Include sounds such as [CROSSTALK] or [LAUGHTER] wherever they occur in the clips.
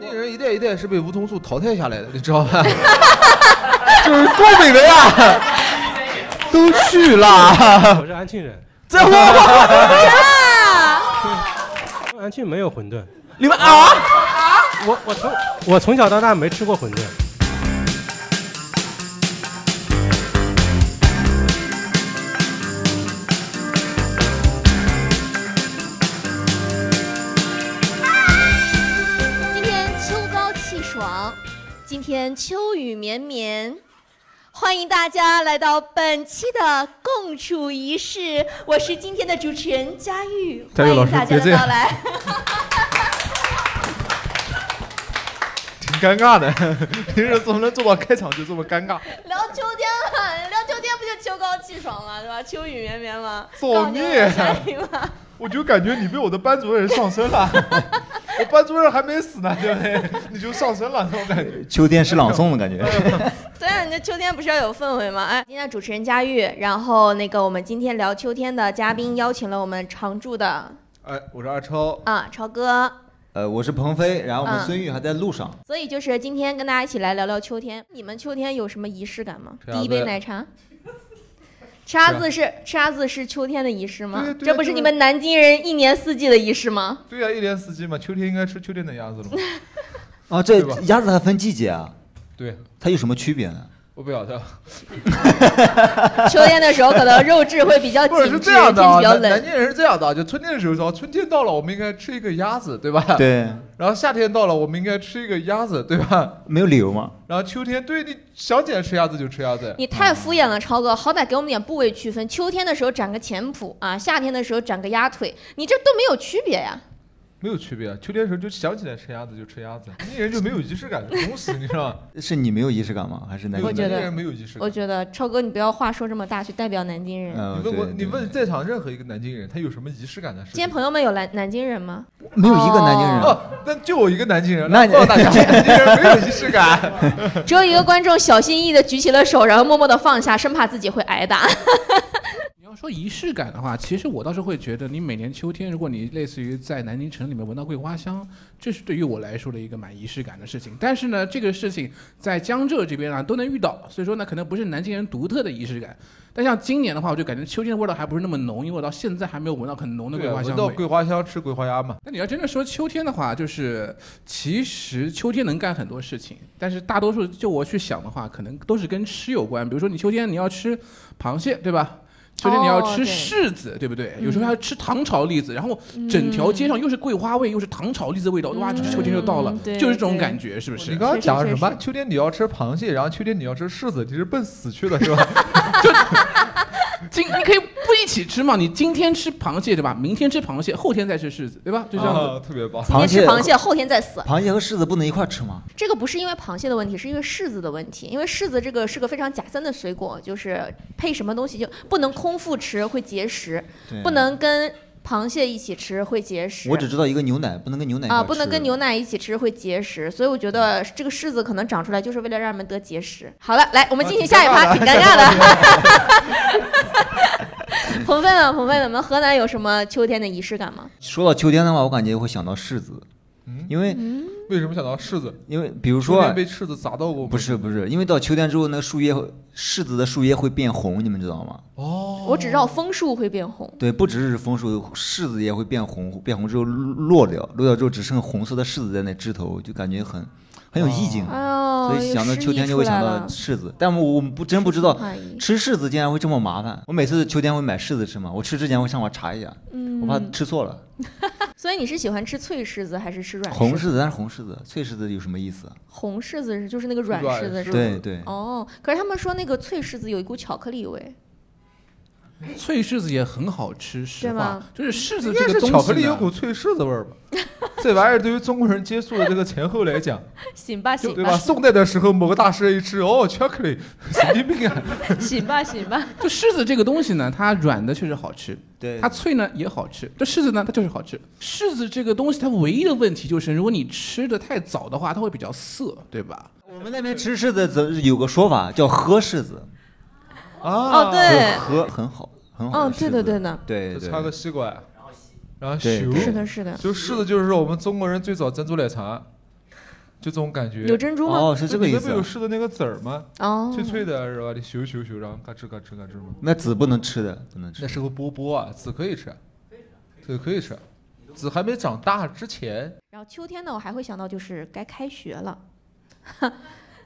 那个人一代一代是被梧桐树淘汰下来的，你知道 [LAUGHS] 吧？就是东北人啊，都去我了。是安庆 [LAUGHS] 人，这我 [LAUGHS] [LAUGHS] 安庆没有馄饨。你们啊？我我从我从小到大没吃过馄饨。今天秋高气爽，今天秋雨绵绵，欢迎大家来到本期的共处一室，我是今天的主持人佳玉，佳玉欢老迎师大家别这的样到来。 [LAUGHS] 挺尴尬的，平时怎么能做到开场就这么尴尬？聊秋天了，聊秋天不就秋高气爽吗？对吧？秋雨绵绵吗？造孽高牛下雨吗？我就感觉你被我的班主任上身了， [LAUGHS] 我班主任还没死呢，对不对？你就上身了，那种感觉。秋天诗朗诵的感 [LAUGHS] 觉。对啊，你这秋天不是要有氛围吗？哎，今天的主持人佳玉，然后那个我们今天聊秋天的嘉宾邀请了我们常驻的哎，我是阿超。啊超哥，呃，我是鹏飞，然后我们嗯孙玉还在路上。所以就是今天跟大家一起来聊聊秋天。你们秋天有什么仪式感吗？吃鸭第子一杯奶茶。吃鸭子是吃鸭子是秋天的仪式吗对啊？对啊这不是你们南京人一年四季的仪式吗？对呀、一年四季嘛，秋天应该吃秋天的鸭子了嘛。嗯啊，这鸭子还分季节啊？对，它有什么区别呢？我不晓得。秋天的时候可能肉质会比较紧不是致，是这样的天气啊，比较冷南南。京人是这样的啊，就春天的时候说，春天到了，我们应该吃一个鸭子，对吧？对。然后夏天到了，我们应该吃一个鸭子，对吧？没有理由吗？然后秋天，对你想起来吃鸭子就吃鸭啊子。啊你太敷衍了，超哥，好歹给我们点部位区分。秋天的时候展个前脯啊，夏天的时候展个鸭腿，你这都没有区别呀。没有区别啊，秋天的时候就想起来吃鸭子就吃鸭子，南京人就没有仪式感，东 [LAUGHS] 西你知道吗？是你没有仪式感吗？还是南我觉京得人？没有仪式我觉得超哥，你不要话说这么大，去代表南京人。嗯你问过，对你问在场任何一个南京人，他有什么仪式感的事今？天朋友们有南南京人吗？没有一个南京人。哦，那就我一个南京人，那来你告诉大 [LAUGHS] 家，南京人没有仪式感。哦只有一个观众小心翼翼地举起了手，然后默默地放下，生怕自己会挨打。你要说仪式感的话，其实我倒是会觉得，你每年秋天，如果你类似于在南京城里面闻到桂花香，这是对于我来说的一个蛮仪式感的事情。但是呢，这个事情在江浙这边啊都能遇到，所以说呢，可能不是南京人独特的仪式感。但像今年的话，我就感觉秋天的味道还不是那么浓，因为我到现在还没有闻到很浓的对桂啊，花闻香到味。桂花香吃桂花鸭嘛。那你要真的说秋天的话，就是其实秋天能干很多事情，但是大多数就我去想的话，可能都是跟吃有关。比如说你秋天你要吃螃蟹，对吧？秋天你要哦吃对柿子，对不对？嗯有时候还要吃糖炒栗子，然后整条街上又是桂花味，又是糖炒栗子的味道，哇，这秋天就到了嗯，对就是这种感觉，是不你是？刚刚确实讲确什么实？秋天你要吃螃蟹，然后秋天你要吃柿子，你是奔死去的是吧？今你可以不一起吃嘛？你今天吃螃蟹，对吧？明天吃螃蟹，后天再吃柿子，对吧？ [LAUGHS] 就这样子。 [LAUGHS] 啊，特别棒。今天吃螃螃蟹，后天再死。螃蟹和柿子不能一块吃吗？这个不是因为螃蟹的问题，是因为柿子的问题。因为柿子这个是个非常假三的水果，就是配什么东西就不能空腹吃，会节食；对不。能跟螃蟹一起吃，会节食。我只知道一个牛奶，不能跟牛奶一块啊，吃。不能跟牛奶一起吃会节食，所以我觉得这个柿子可能长出来就是为了让人们得结石。好了，来，我啊们进行下一趴， [LAUGHS] 挺尴尬的。鹏飞呢？鹏飞呢，我们河南有什么秋天的仪式感吗？说到秋天的话，我感觉会想到柿子，嗯因为为什么想到柿子？因为比如秋说天啊被柿子砸到过吗？不是不是，因为到秋天之后，那个树叶会柿子的树叶会变红，你们知道吗？哦，我只知道枫树会变红，对，不只是枫树，柿子也会变红，变红之后落掉，落掉之后只剩红色的柿子在那枝头，就感觉很很有意境。哎呦，所以想到秋天就会想到柿子，但我我们不真不知道怀疑吃柿子竟然会这么麻烦。我每次秋天会买柿子吃嘛，我吃之前会上网查一下，嗯我怕吃错了。 [LAUGHS] 所以你是喜欢吃脆柿子还是吃嗯软红柿子？柿子，但是红柿子、脆柿子有什么意思啊？红柿子是就是那个软软柿子是吧？对对，哦，可是他们说那个脆柿子有一股巧克力味，脆柿子也很好吃，实对话吗，就是柿子应这个该是东西呢，巧克力有股脆柿子味儿吧？这玩意儿对于中国人接触的这个前后来讲， [LAUGHS] 行吧 [LAUGHS] 就行对吧？吧宋代的时候，某个大师一吃，哦，巧克力，神经病啊！行吧行吧，就柿子这个东西呢，它软的确实好 [LAUGHS] 吃，对它脆呢也好吃。这柿子呢，它就是好吃。柿子这个东西，它唯一的问题就是，如果你吃的太早的话，它会比较 [LAUGHS] 涩，对吧？我们那边吃柿子怎有个说法叫“喝柿子啊，哦”，对就喝很好，很好哦的柿子。对对对呢，对就对插个吸管，然后对咻对是的是的。就柿子就是我们中国人最早珍珠奶茶，就这种感觉。有珍珠吗？哦，是这个里意面思不有啊。柿子那个籽儿吗？哦，脆脆的是吧？你咻咻咻，然后嘎吱嘎吱嘎吱嘛。那籽不能吃的，不能吃那。是个波波啊，籽可以吃，籽可以吃，籽还没长大之前，然后秋天呢，我还会想到就是该开学了， [LAUGHS]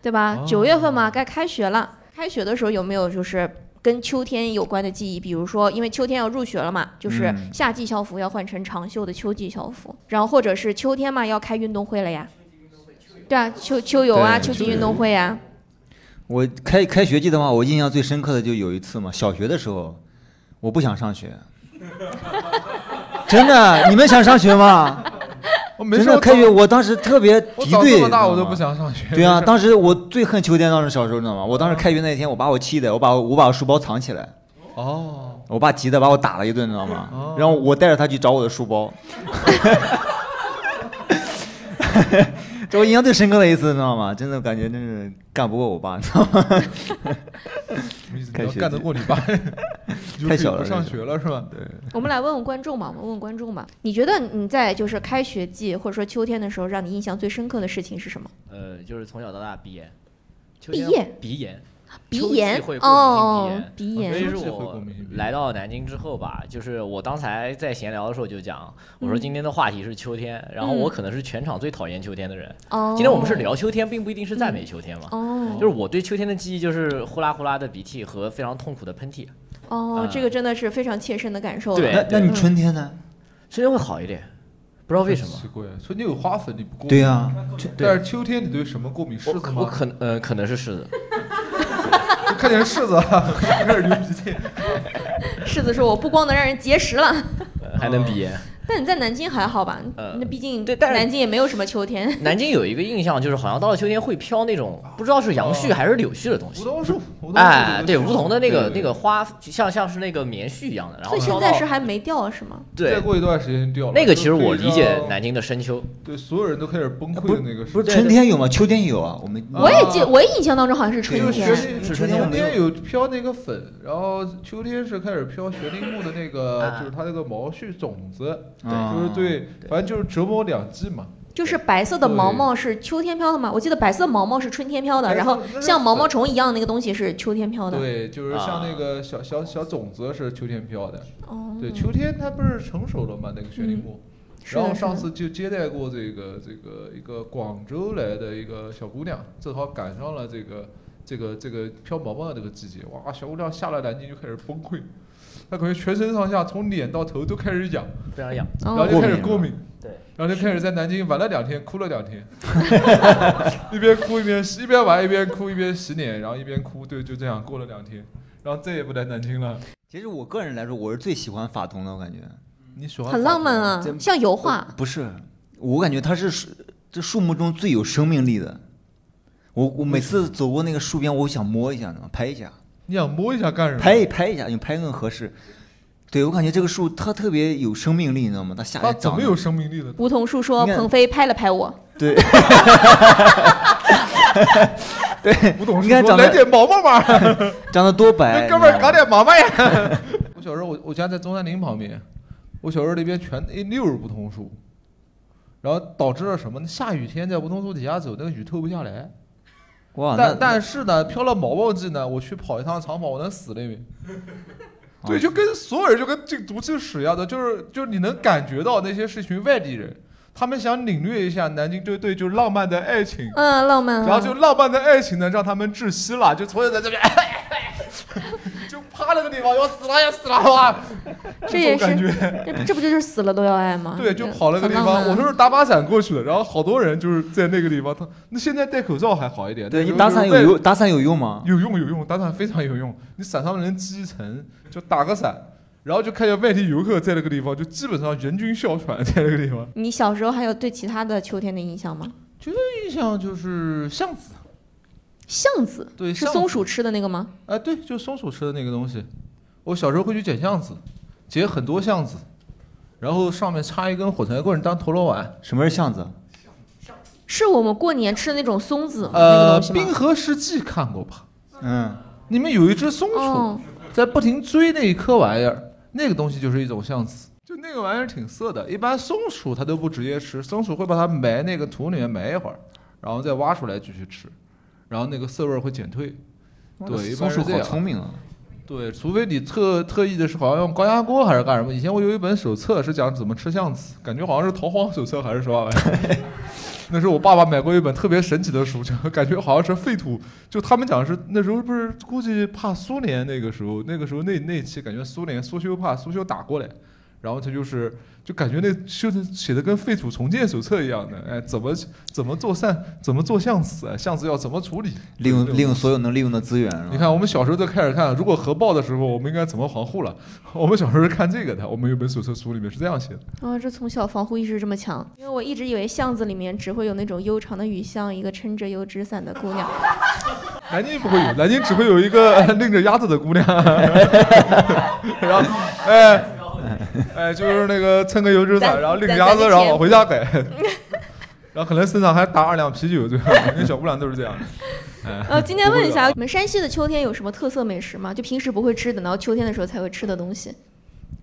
对吧哦？九、月份嘛，该开学了。开学的时候有没有就是跟秋天有关的记忆？比如说，因为秋天要入学了嘛，就是嗯夏季校服要换成长袖的秋季校服，然后或者是秋天嘛要开运动会了呀。对啊，秋秋游啊，对秋季秋游运动会 [LAUGHS] 呀、我开开学季的话，我印象最深刻的就有一次嘛，小学的时候，我不想上学。真的，你们想上学吗？我没真事，的我开学，长我当时特别我敌长对。这么大我你知道都吗不想上学。对啊，没事当时我最恨秋天，当时小时候，你知道吗？我当时开学那一天，我把我气的，我把我把我书包藏起来，哦，我爸急的把我打了一顿，你知道吗？哦然后我带着他去找我的书包， [LAUGHS] 这我印象最深刻的一次，你知道吗？真的感觉真是干不过我爸，你知道吗？ [LAUGHS] 你你开要学干得季过你爸， [LAUGHS] 你就太可以小了不这上是学了是吧？我们来问问观众嘛，我们问观众嘛，你觉得你在就是开学季或者说秋天的时候，让你印象最深刻的事情是什么？呃，就是从小到大鼻炎，秋毕天业鼻炎，啊鼻秋季炎会过敏哦性，鼻所炎以秋是季会我过敏性鼻炎来到南京之后吧，就是我刚才在闲聊的时候就讲，我说嗯今天的话题是秋天，然后嗯我可能是全场最讨厌秋天的人。哦。今天我们是聊秋天，并不一定是赞美秋天嘛。哦，就是我对秋天的记忆就是呼啦呼啦的鼻涕和非常痛苦的喷嚏，哦呃啊，这个真的是非常切身的感受了。对 [LAUGHS] 那那你春天呢？春天会好一点，不知道为什么。奇怪，春天有花粉你不过敏对呀，但是秋天你对什么过敏？我柿子我吗？可能呃可能是呃柿 [LAUGHS] 子，就 [LAUGHS] 看见是柿子啊，开 [LAUGHS] 始流鼻涕。 [LAUGHS] 柿子说：“我不光能让人结石了，呃还能鼻炎。但你在南京还好吧？呃那毕竟对但是南京也没有什么秋天。南京有一个印象就是好像到了秋天会飘那种不知道是杨絮还是柳絮的东梧西。桐 [LAUGHS] 啊树，梧桐树哎，对，有个梧桐的那个对那对个花，就像像是那个棉絮一样的，然所后以现飘到在是还没掉是吗？再对过一段时间就掉了。那个，其实就可以我理解让南京的深秋，对所有人都开始崩溃不的那个时不候。是春天有吗？秋天有啊，我们啊我也记，我印象当中好像是春就是天。学是春春天我没有天有飘那个粉，然后秋天是开始飘学龄木的那个，啊就是它那个毛絮种子，啊就是对，反正就是折磨两季嘛。就是白色的毛毛是秋天飘的吗？我记得白色毛毛是春天飘的，白色然后那是像毛毛虫一样那个东西是秋天飘的。对，就是像那啊个小小小种子是秋天飘的。哦，嗯对，秋天它不是成熟了嘛，那个雪梨木。是的然后上次就接待过这个这个一个广州来的一个小姑娘，正好赶上了这个这个这个飘毛毛的这个季节，哇，小姑娘下了南京就开始崩溃，她感觉全身上下从脸到头都开始痒，非常痒。然后哦，就开始过过敏，对，然后就开始在南京玩了两天，哭了 [LAUGHS] 两天，一边哭一边洗一边玩一边哭一边洗脸，然后一边哭，对，就这样过了两天，然后再也不来南京了。其实我个人来说，我是最喜欢法桐的，我感觉你喜欢很浪漫啊真，像油画。不是，我感觉它是树这树木中最有生命力的。我我每次走过那个树边，我想摸一下呢，拍一下，你想摸一下干什么？拍一拍一下，你拍更合适。对我感觉这个树它特别有生命力，你知道吗？它夏它天怎长么得有生命 [LAUGHS] 力的？梧桐树说：“你看鹏飞拍了拍我。对不懂你看长得来点毛毛吧， [LAUGHS] 长得多 [LAUGHS] 白，哥们儿你知道吗搞点毛毛啊呀。 [LAUGHS] 我小时候，我我家在中山陵旁边，我小时候那边全哎一溜儿梧桐树，然后导致了什么呢？下雨天在梧桐树底下走，那个雨透不下来。哇，那但但是呢，飘了毛毛季呢，我去跑一趟长跑，我能死那边。啊对，就跟所有人就跟这个毒气室一样的，就是就是你能感觉到那些是一群外地人，他们想领略一下南京这对就浪漫的爱情”，嗯，浪漫啊。然后就浪漫的爱情呢，让他们窒息了，就从小在这边，哎就趴那个地方要死了要死了哇！这也种感是，觉，这这不就是死了都要爱吗？对，就这跑那个很地浪漫方，啊我就是打把伞过去的，然后好多人就是在那个地方，他那现在戴口罩还好一点，对那你时候打伞就是有为用，打伞有用吗？有用有用，打伞非常有用，你伞上能积一层，就打个伞。然后就看见外地游客在那个地方，就基本上人均哮喘在那个地方。你小时候还有对其他的秋天的印象吗？印象就是橡子，橡子对，是松鼠吃的那个吗？ [LAUGHS] 啊，对，就松鼠吃的那个东西。我小时候会去捡橡子，捡很多橡子，然后上面插一根火柴棍当陀螺碗。什么是巷子？是我们过年吃的那种松子吗那个呃，《东西冰吗？河世纪》看过吧？嗯，里面有一只松鼠哦，在不停追那一颗玩意儿，那个东西就是一种橡子。就那个玩意儿挺涩的，一般松鼠它都不直接吃，松鼠会把它埋那个土里面埋一会儿，然后再挖出来继续吃，然后那个涩味儿会减退。对，一松般鼠是这好样。聪明啊！对，除非你特特意的是好像用高压锅还是干什么。以前我有一本手册是讲怎么吃橡子，感觉好像是逃荒手册还是什么玩意儿。那时候我爸爸买过一本特别神奇的书，就 [LAUGHS] 感觉好像是废土。就他们讲是那时候不是估计怕苏联那个时候，那个时候那那期感觉苏联苏修怕苏修打过来，然后他就是就感觉那修的写的跟废土重建手册一样的，哎，怎么怎么做善，怎么做橡子，哎橡子要怎么处理，利用对利用所有能利用的资源，是吧你看，我们小时候就开始看，如果核爆的时候，我们应该怎么防护了？ [LAUGHS] 我们小时候是看这个的，我们有本手册书里面是这样写的。啊，这从小防护意识这么强，因为我一直以为巷子里面只会有那种悠长的雨巷，一个撑着油纸伞的姑娘。南京不会 [LAUGHS] 有，南京只会有一个 [LAUGHS] 拎着鸭子的姑娘，然后，哎，哎，就是那个蹭个油纸伞，咱然后拎着鸭子，咱咱然后往回家改， [LAUGHS] 然后可能身上还打二两啤酒，对吧？那小姑娘都是这样的。哎呃，今天问一下，不会啊你们山西的秋天有什么特色美食吗？就平时不会吃的，然后秋天的时候才会吃的东西。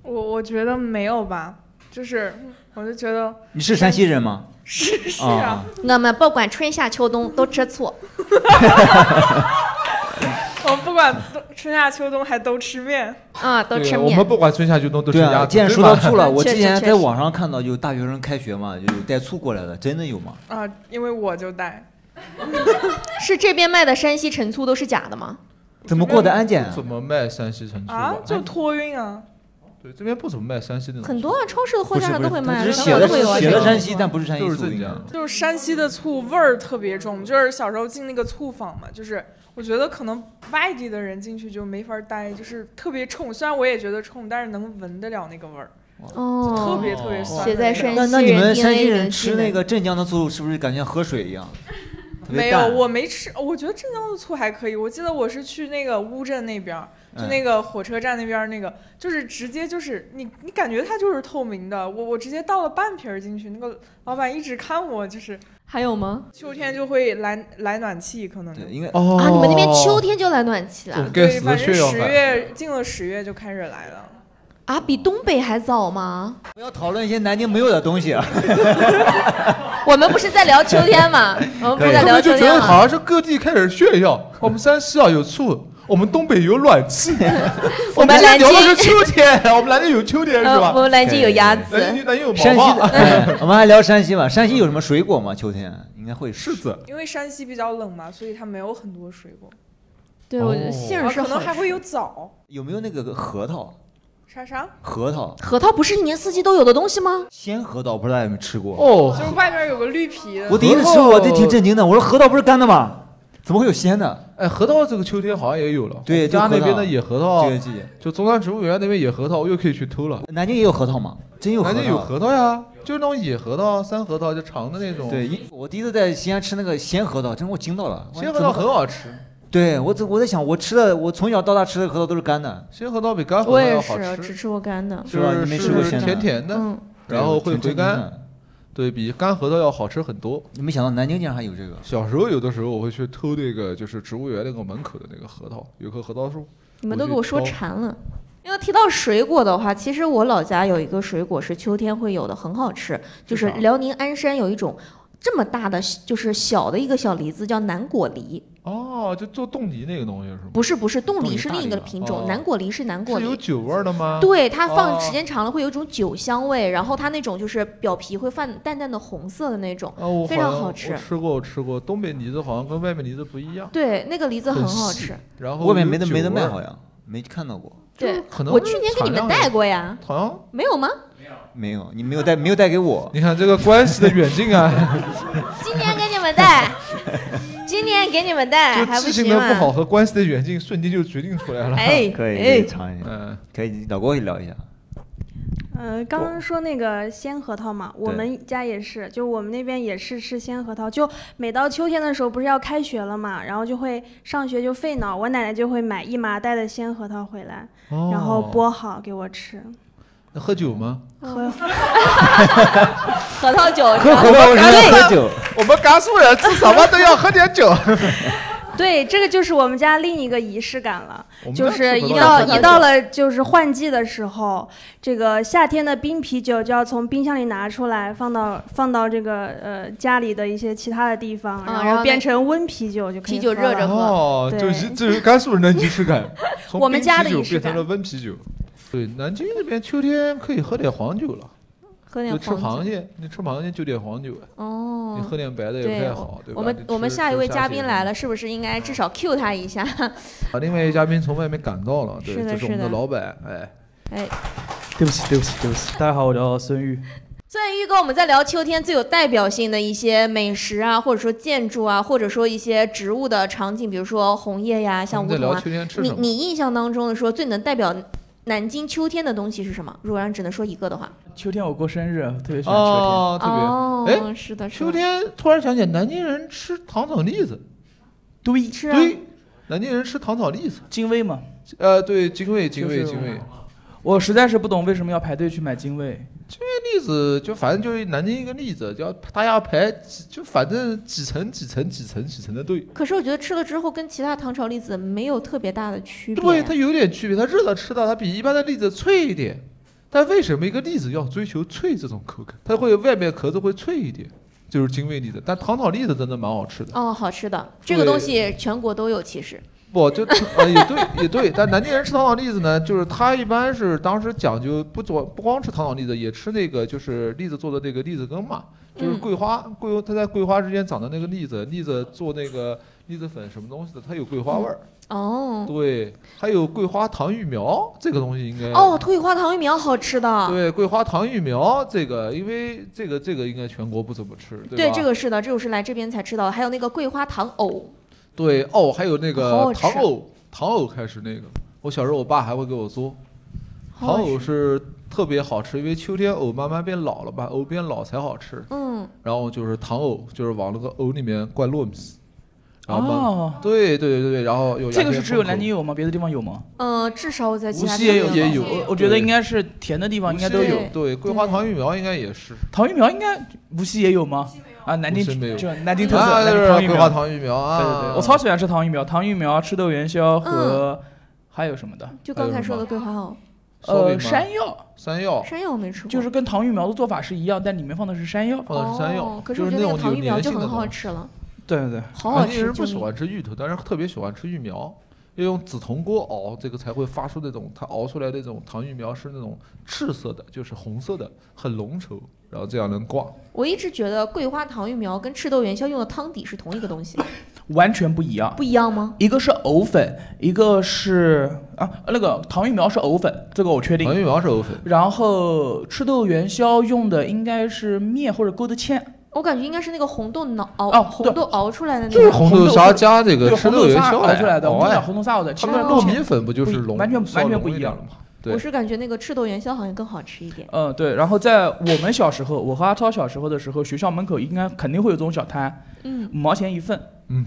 我我觉得没有吧，就是我就觉得你是山西人吗？是是啊啊，，我们不管春夏秋冬都吃醋，啊我哦不管春夏秋冬还都吃面，啊，都对吃我面们。不管春夏秋冬都吃对鸭啊，子，既然对说吧到醋了，我 [LAUGHS] 确之实前确在实网上看到有大学生开学嘛，就有带醋过来的，真的有吗？啊、因为我就带， [LAUGHS] 是这边卖的山西陈醋都是假的吗？怎么过的安检啊？怎么卖山西陈醋啊吧，？哎就托运啊，对，这边不怎么卖山西的，很多啊，超市的货架上都会卖，只是香写港的都会有啊。写这的种山西，但不是山西都是醋镇应该江。就是山西的醋味儿特别重，就是小时候进那个醋坊嘛，就是我觉得可能外地的人进去就没法待，就是特别冲。虽然我也觉得冲，但是能闻得了那个味儿，就特哦，别特别酸。写在山西那人那你们山 DNA 西人里吃面那个镇江的醋，是不是感觉像喝水一样？特别没有，淡我没吃。我觉得镇江的醋还可以。我记得我是去那个乌镇那边儿，就嗯那个火车站那边儿那个，就是直接就是你你感觉它就是透明的。我我直接倒了半瓶儿进去，那个老板一直看我，就是还有吗？秋天就会来来暖气，可能就对，应该哦啊，你们那边秋天就来暖气了该对，死的反正血要十饭。月进了十月就开始来了。啊？比东北还早吗？不要讨论一些南京没有的东西 [LAUGHS] 啊。我们不是在聊秋天吗？我们不是在他聊啊们就秋觉天得好吗？像是各地开始炫耀，我们山西啊有醋，我们东北有暖 [LAUGHS] 气，我们们现在南京聊的是秋天， [LAUGHS] 我们南京有秋天是呃，我吧？们南京有鸭南子，京南京有毛山西 [LAUGHS] 毛，啊的，哎我们还聊山西吧。山西有什么水果吗？秋天应该会柿子。因为山西比较冷嘛，所以它没有很多水果，对我哦觉得呃杏啊儿是可能好还吃会有枣、有没有那个核桃？啥啥，核桃，核桃不是一年四季都有的东西吗？鲜核桃，不知道有没有吃过？哦，就是外面有个绿皮的我。第一次吃，我这挺震惊的。我说核桃不是干的吗？怎么会有鲜的？哎，核桃这个秋天好像也有了，对我家那就核边桃的野核这桃个，季节，就中山植物园那边野核桃，我又可以去偷了。南京也有核桃吗？真有核南桃？京有核桃呀，就是那种野核桃、山核桃，就长的那种。对，，因我第一次在西安吃那个鲜核桃，真给我惊到了。鲜核桃怎很么好吃，对我怎我在想，我吃的我从小到大吃的核桃都是干的，鲜核桃比干核我桃也要是好，我只吃，吃过干的。是吧就你没是吃过鲜的甜甜的，嗯，然后会挺回震惊的甘，。对比干核桃要好吃很多。你没想到南京竟然还有这个，小时候有的时候我会去偷那个，就是植物园那个门口的那个核桃，有棵核桃树。你们都给我说馋了。要提到水果的话，其实我老家有一个水果是秋天会有的，很好吃，就是啥辽宁鞍山有一种这么大的，就是小的一个小梨子，叫南果梨。哦，就做冻梨那个东西是吗？不是不是，冻冻梨梨是大另一梨个吧品种，哦南果梨是南果是有梨。酒味儿的吗？对，它放哦时间长了会有一种酒香味，然后它那种就是表皮会泛淡淡的红色的那种。啊，我非常像好我吃吃过，我吃过。东北梨子好像跟外面梨子不一样，对，那个梨子很很好细吃。然后外面有没得酒没得味卖，儿好像没看到过，对，可能我去年给你产们量带也过呀，好像。没有吗？没有，你没有带没有带给我。你看这个关系的远近啊， [LAUGHS] 今年给你们带，今年给你们带，就哎还记性行啊的吗？不好和关系的远近瞬间就决定出来了。哎， [LAUGHS] 可以，可哎以，尝一下，嗯，可以，老郭也聊一下。呃，刚刚说那个鲜核桃嘛，我对们家也是，就我们那边也是吃鲜核桃。就每到秋天的时候，不是要开学了嘛，然后就会上学就费脑，我奶奶就会买一麻袋的鲜核桃回来，然后哦剥好给我吃。那喝酒吗？ [LAUGHS] 喝 [LAUGHS] 核桃酒，喝核桃为什么要喝酒？我们甘肃人吃什么都要喝点酒。对，这个就是我们家另一个仪式感了我，们就家是吃不一到葡到萄酒一到了就是换季的时候，这个夏天的冰啤酒就要从冰箱里拿出来，放到放到这个呃家里的一些其他的地方，啊然然后后变那成温啤酒就可以啤酒喝热了着喝哦，对就是这是甘肃人的仪式感，从我们冰家啤的酒仪式变成感了温啤酒。对，南京这边秋天可以喝点黄酒了， [LAUGHS] 喝就点吃螃黄酒。蟹，你吃螃蟹就点黄酒，啊哦你，喝点白的也对不太好，对吧？我们我们下一位嘉宾来了，，是不是应该至少 cue 他一下？ [LAUGHS] 啊，另外一位嘉宾从外面赶到了，对，是的这是我们是的的老板，哎，哎，对不起，对不起，对不起。大家好，我叫孙玉。在玉哥，我们在聊秋天最有代表性的一些美食啊，或者说建筑啊，或者说一些植物的场景，比如说红叶呀，我像们梧在桐聊啊。秋天吃你什么？你印象当中的说最能代表南京秋天的东西是什么？如果让只能说一个的话，秋天我过生日，特别喜欢秋天。哦，特别。哦，是的，是的秋天突然想起来，南京人吃糖炒栗子，对，吃啊，对，南京人吃糖炒栗子，精卫嘛，呃，对，精卫，精卫，就是精卫，我实在是不懂为什么要排队去买精卫。栗子就反正就是南京一个栗子，就要大家排几，就反正几层几层几层几层的队。可是我觉得吃了之后跟其他糖炒栗子没有特别大的区别。啊对，它有点区别，它热的吃的它比一般的栗子脆一点，但为什么一个栗子要追求脆这种口感？它会外面壳子会脆一点，就是精卫栗子。但糖炒栗子真的蛮好吃的。哦，好吃的，这个对东西全国都有，其实。不就呃也对也对，但南京人吃糖炒栗子呢，就是他一般是当时讲究不做不光吃糖炒栗子，也吃那个就是栗子做的那个栗子羹嘛，就是嗯桂花桂它在桂花之间长的那个栗子，栗子做那个栗子粉什么东西的，它有桂花味儿，哦对，还有桂花糖芋苗这个东西应该哦，桂花糖芋苗好吃的。对桂花糖芋苗这个，因为这个这个应该全国不怎么吃，对吧？对，这个是的，这个是来这边才吃到的。还有那个桂花糖藕，对哦，还有那好个好吃糖啊藕，糖藕开始那个，我小时候我爸还会给我做。好糖好藕吃。是特别好吃，因为秋天藕慢慢变老了吧，藕变老才好吃。嗯，然后就是糖藕，就是往那个藕里面灌糯米，然后慢、哦，对对对对，然后有这牙个签是只有封口南京有吗？别的地方有吗？呃，至少我在其无他锡地也方有也没有，我我觉得应该是甜的地方应该都无锡有也。对，桂花糖芋苗应该也是糖芋苗应该无锡也有吗？啊，南京无锡没有就南京特色，啊，南就京是糖芋桂苗。花糖芋苗对啊，对对，我超喜欢吃糖芋苗，糖芋苗、赤豆元宵和还有什么的？嗯就刚还才有什说么的桂花藕，烧饼呃，吗哦山药山药山药我没吃过。就是跟糖芋苗的做法是一样，但里面放的是山药。放的是山药哦，，可是就我觉得那那种个糖有芋苗粘就性的很好东西。吃了，对对对，好好南京吃。人啊不救喜命欢吃芋头，但是特别喜欢吃芋苗。要用紫铜锅熬，这个才会发出那种它熬出来那种糖芋苗是那种赤色的，就是红色的，很浓稠，然后这样能挂。我一直觉得桂花糖芋苗跟赤豆元宵用的汤底是同一个东 [LAUGHS] 西，完全不一样。不一样吗？一个是藕粉，一个是啊，那个糖芋苗是藕粉，这个我确糖定。芋苗是藕粉，然后赤豆元宵用的应该是面或者勾的芡，我感觉应该是那个红豆熬、哦红对豆熬出来的那就是个。红豆豆沙沙加这对，个赤红豆豆元沙宵熬出来的。我们哎俩红豆沙熬的，他其实们哦糯米粉不就是不一龙，完全稍完全浓不一点样了吗？我对，是感觉那个赤豆元宵好像更好吃一点。嗯，对。然后在我们小时候，我和阿超小时候的时候，学校门口应该肯定会有这种小摊，嗯，五毛钱一份，嗯，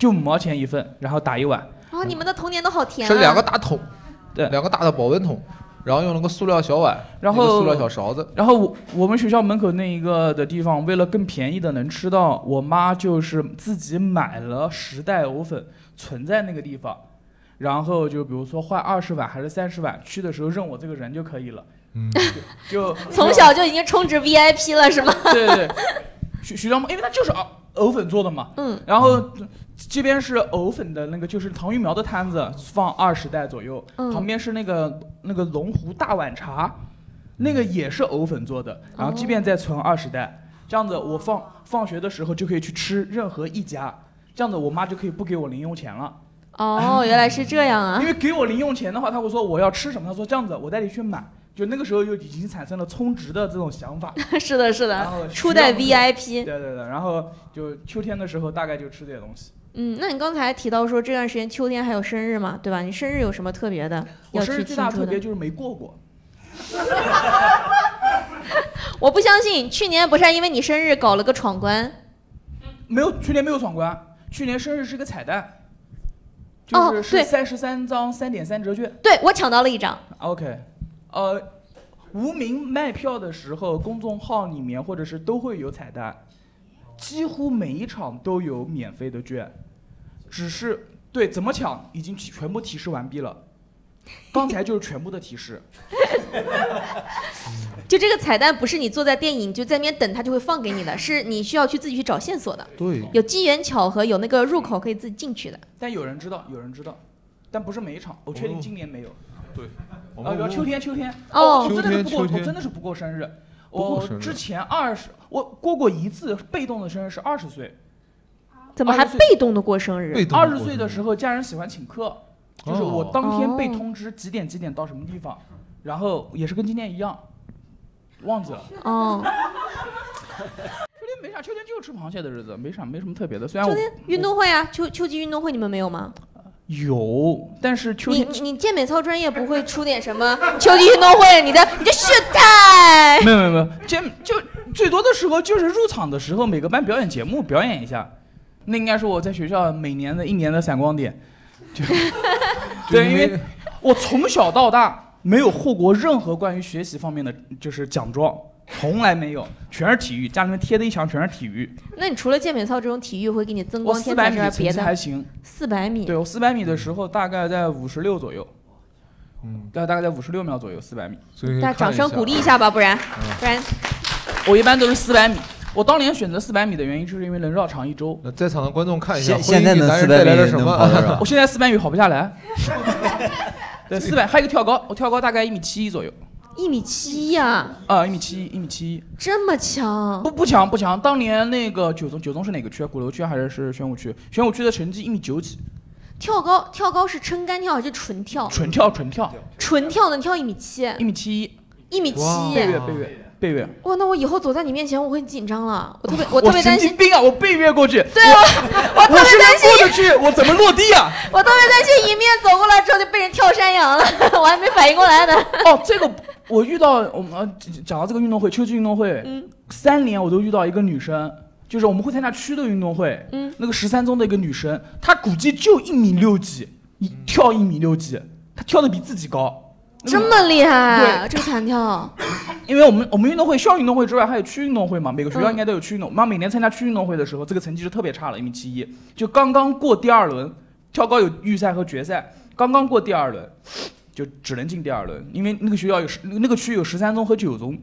就五毛钱一份，然后打一碗。啊，你们的童年都好甜啊！是两个大桶，对两个大的保温桶，然后用了个塑料小碗，然一个后塑料小勺子，然后我我们学校门口那一个的地方，为了更便宜的能吃到，我妈就是自己买了十袋藕粉存在那个地方，然后就比如说换二十碗还是三十碗，去的时候认我这个人就可以了。嗯，就从小就已经充值 VIP 了是吗？对对对，徐徐江，因为它就是藕藕粉做的嘛。嗯，然后这边是藕粉的那个，就是糖芋苗的摊子，放二十袋左右。嗯旁边是那个那个龙湖大碗茶，那个也是藕粉做的，然后这边再存二十袋，这样子我放放学的时候就可以去吃任何一家。这样子，我妈就可以不给我零用钱了，哦，原来是这样啊因！为给我零用钱的话，她会说我要吃什么，她说这样子，我带你去买。就那个时候就已经产生了充值的这种想法， [LAUGHS] 是的，是然的，后初代需要 VIP。对对对，然后就秋天的时候大概就吃这些东西。嗯，那你刚才提到说这段时间秋天还有生日嘛，对吧？你生日有什么特别的我要生去日最庆大祝特别的？就是没过过，我不相信，去年不是还因为你生日搞了个闯关？没有去年没有闯关，去年生日是个彩蛋，哦就是是对三十三张三点三折券。对我抢到了一张。 OK，呃，无名卖票的时候，公众号里面或者是都会有彩蛋，几乎每一场都有免费的券。只是对怎么抢已经全部提示完毕了。刚才就是全部的提示，就这个彩蛋不是你坐在电影就在那边等它就会放给你的，是你需要去自己去找线索的。对有机缘巧合，有那个入口可以自己进去的。但有人知道，有人知道，但不是每一场，我确定今年没有。哦对，啊，有秋天，秋天，哦我真的是不过，秋天秋天我真的是不过生日。不过我生日之前二十，我过过一次被动的生日是二十岁，怎么还被动的过生日？二十岁的时候家人喜欢请客，哦就是我当天哦被通知几点几点到什么地方，然后也是跟今天一样，忘记了。哦，哎秋天没啥，秋天就是吃螃蟹的日子，没啥没什么特别的。虽然秋我天运动会啊，秋秋季运动会你们没有吗？有，但是秋你天你健美操专业不会出点什么 [LAUGHS] 秋季运动会？你的你的血态没有没有没有，就就最多的时候就是入场的时候，每个班表演节目表演一下，那应该是我在学校每年的一年的闪光点。 [LAUGHS] 就对，因为我从小到大没有获过任何关于学习方面的就是奖状，从来没有，全是体育，家里面贴的一墙全是体育。那你除了健美操这种体育会给你增我光四添百彩米之外，成别绩的还行，四百米，对我四百米嗯的时候大概在五十六左右，嗯，大概在五十六秒左右，四百米。大家掌声鼓励一下吧，不然嗯嗯不然我一般都是四百米。我当年选择四百米的原因，就是因为能绕场一周。在场的观众看一下，婚现姻现在给能男人400带来了米什能么跑多 [LAUGHS] 少？我现在四百米跑不 [LAUGHS] 下来。对，四百还有一个跳高，我跳高大概一米七一左右，一米七呀，啊，一米七一，一米七一，这么强，不不强不强。当年那个九中九中是哪个区啊？鼓楼区还是是宣武区？宣武区的成绩一米九几，跳高跳高是撑杆跳还是纯跳？纯跳纯跳，纯跳能跳一米七，一米七一，一米七，背越背越背越。哇，那我以后走在你面前我会很紧张了，我特别我特别担神心经，病啊！我背越过去，对啊，我特我是别担能过得心，去，我怎么落地啊？我特别担心迎面走过来之后就被人跳山羊了， [LAUGHS] 我还没反应过来呢。哦，这个我遇到我们呃讲讲到这个运动会，秋季运动会，嗯三年我都遇到一个女生，就是我们会参加区的运动会，嗯那个十三中的一个女生，她估计就一米六几，一跳一米六几，她跳的比自己高，这么厉害，对这个弹跳，因为我们我们运动会校运动会之外还有区运动会嘛，每个学校嗯应该都有区运动。妈、每年参加区运动会的时候，这个成绩是特别差了，一米七一，就刚刚过第二轮，跳高有预赛和决赛，刚刚过第二轮，就只能进第二轮，因为那个学校有十那个区有十三中和九中，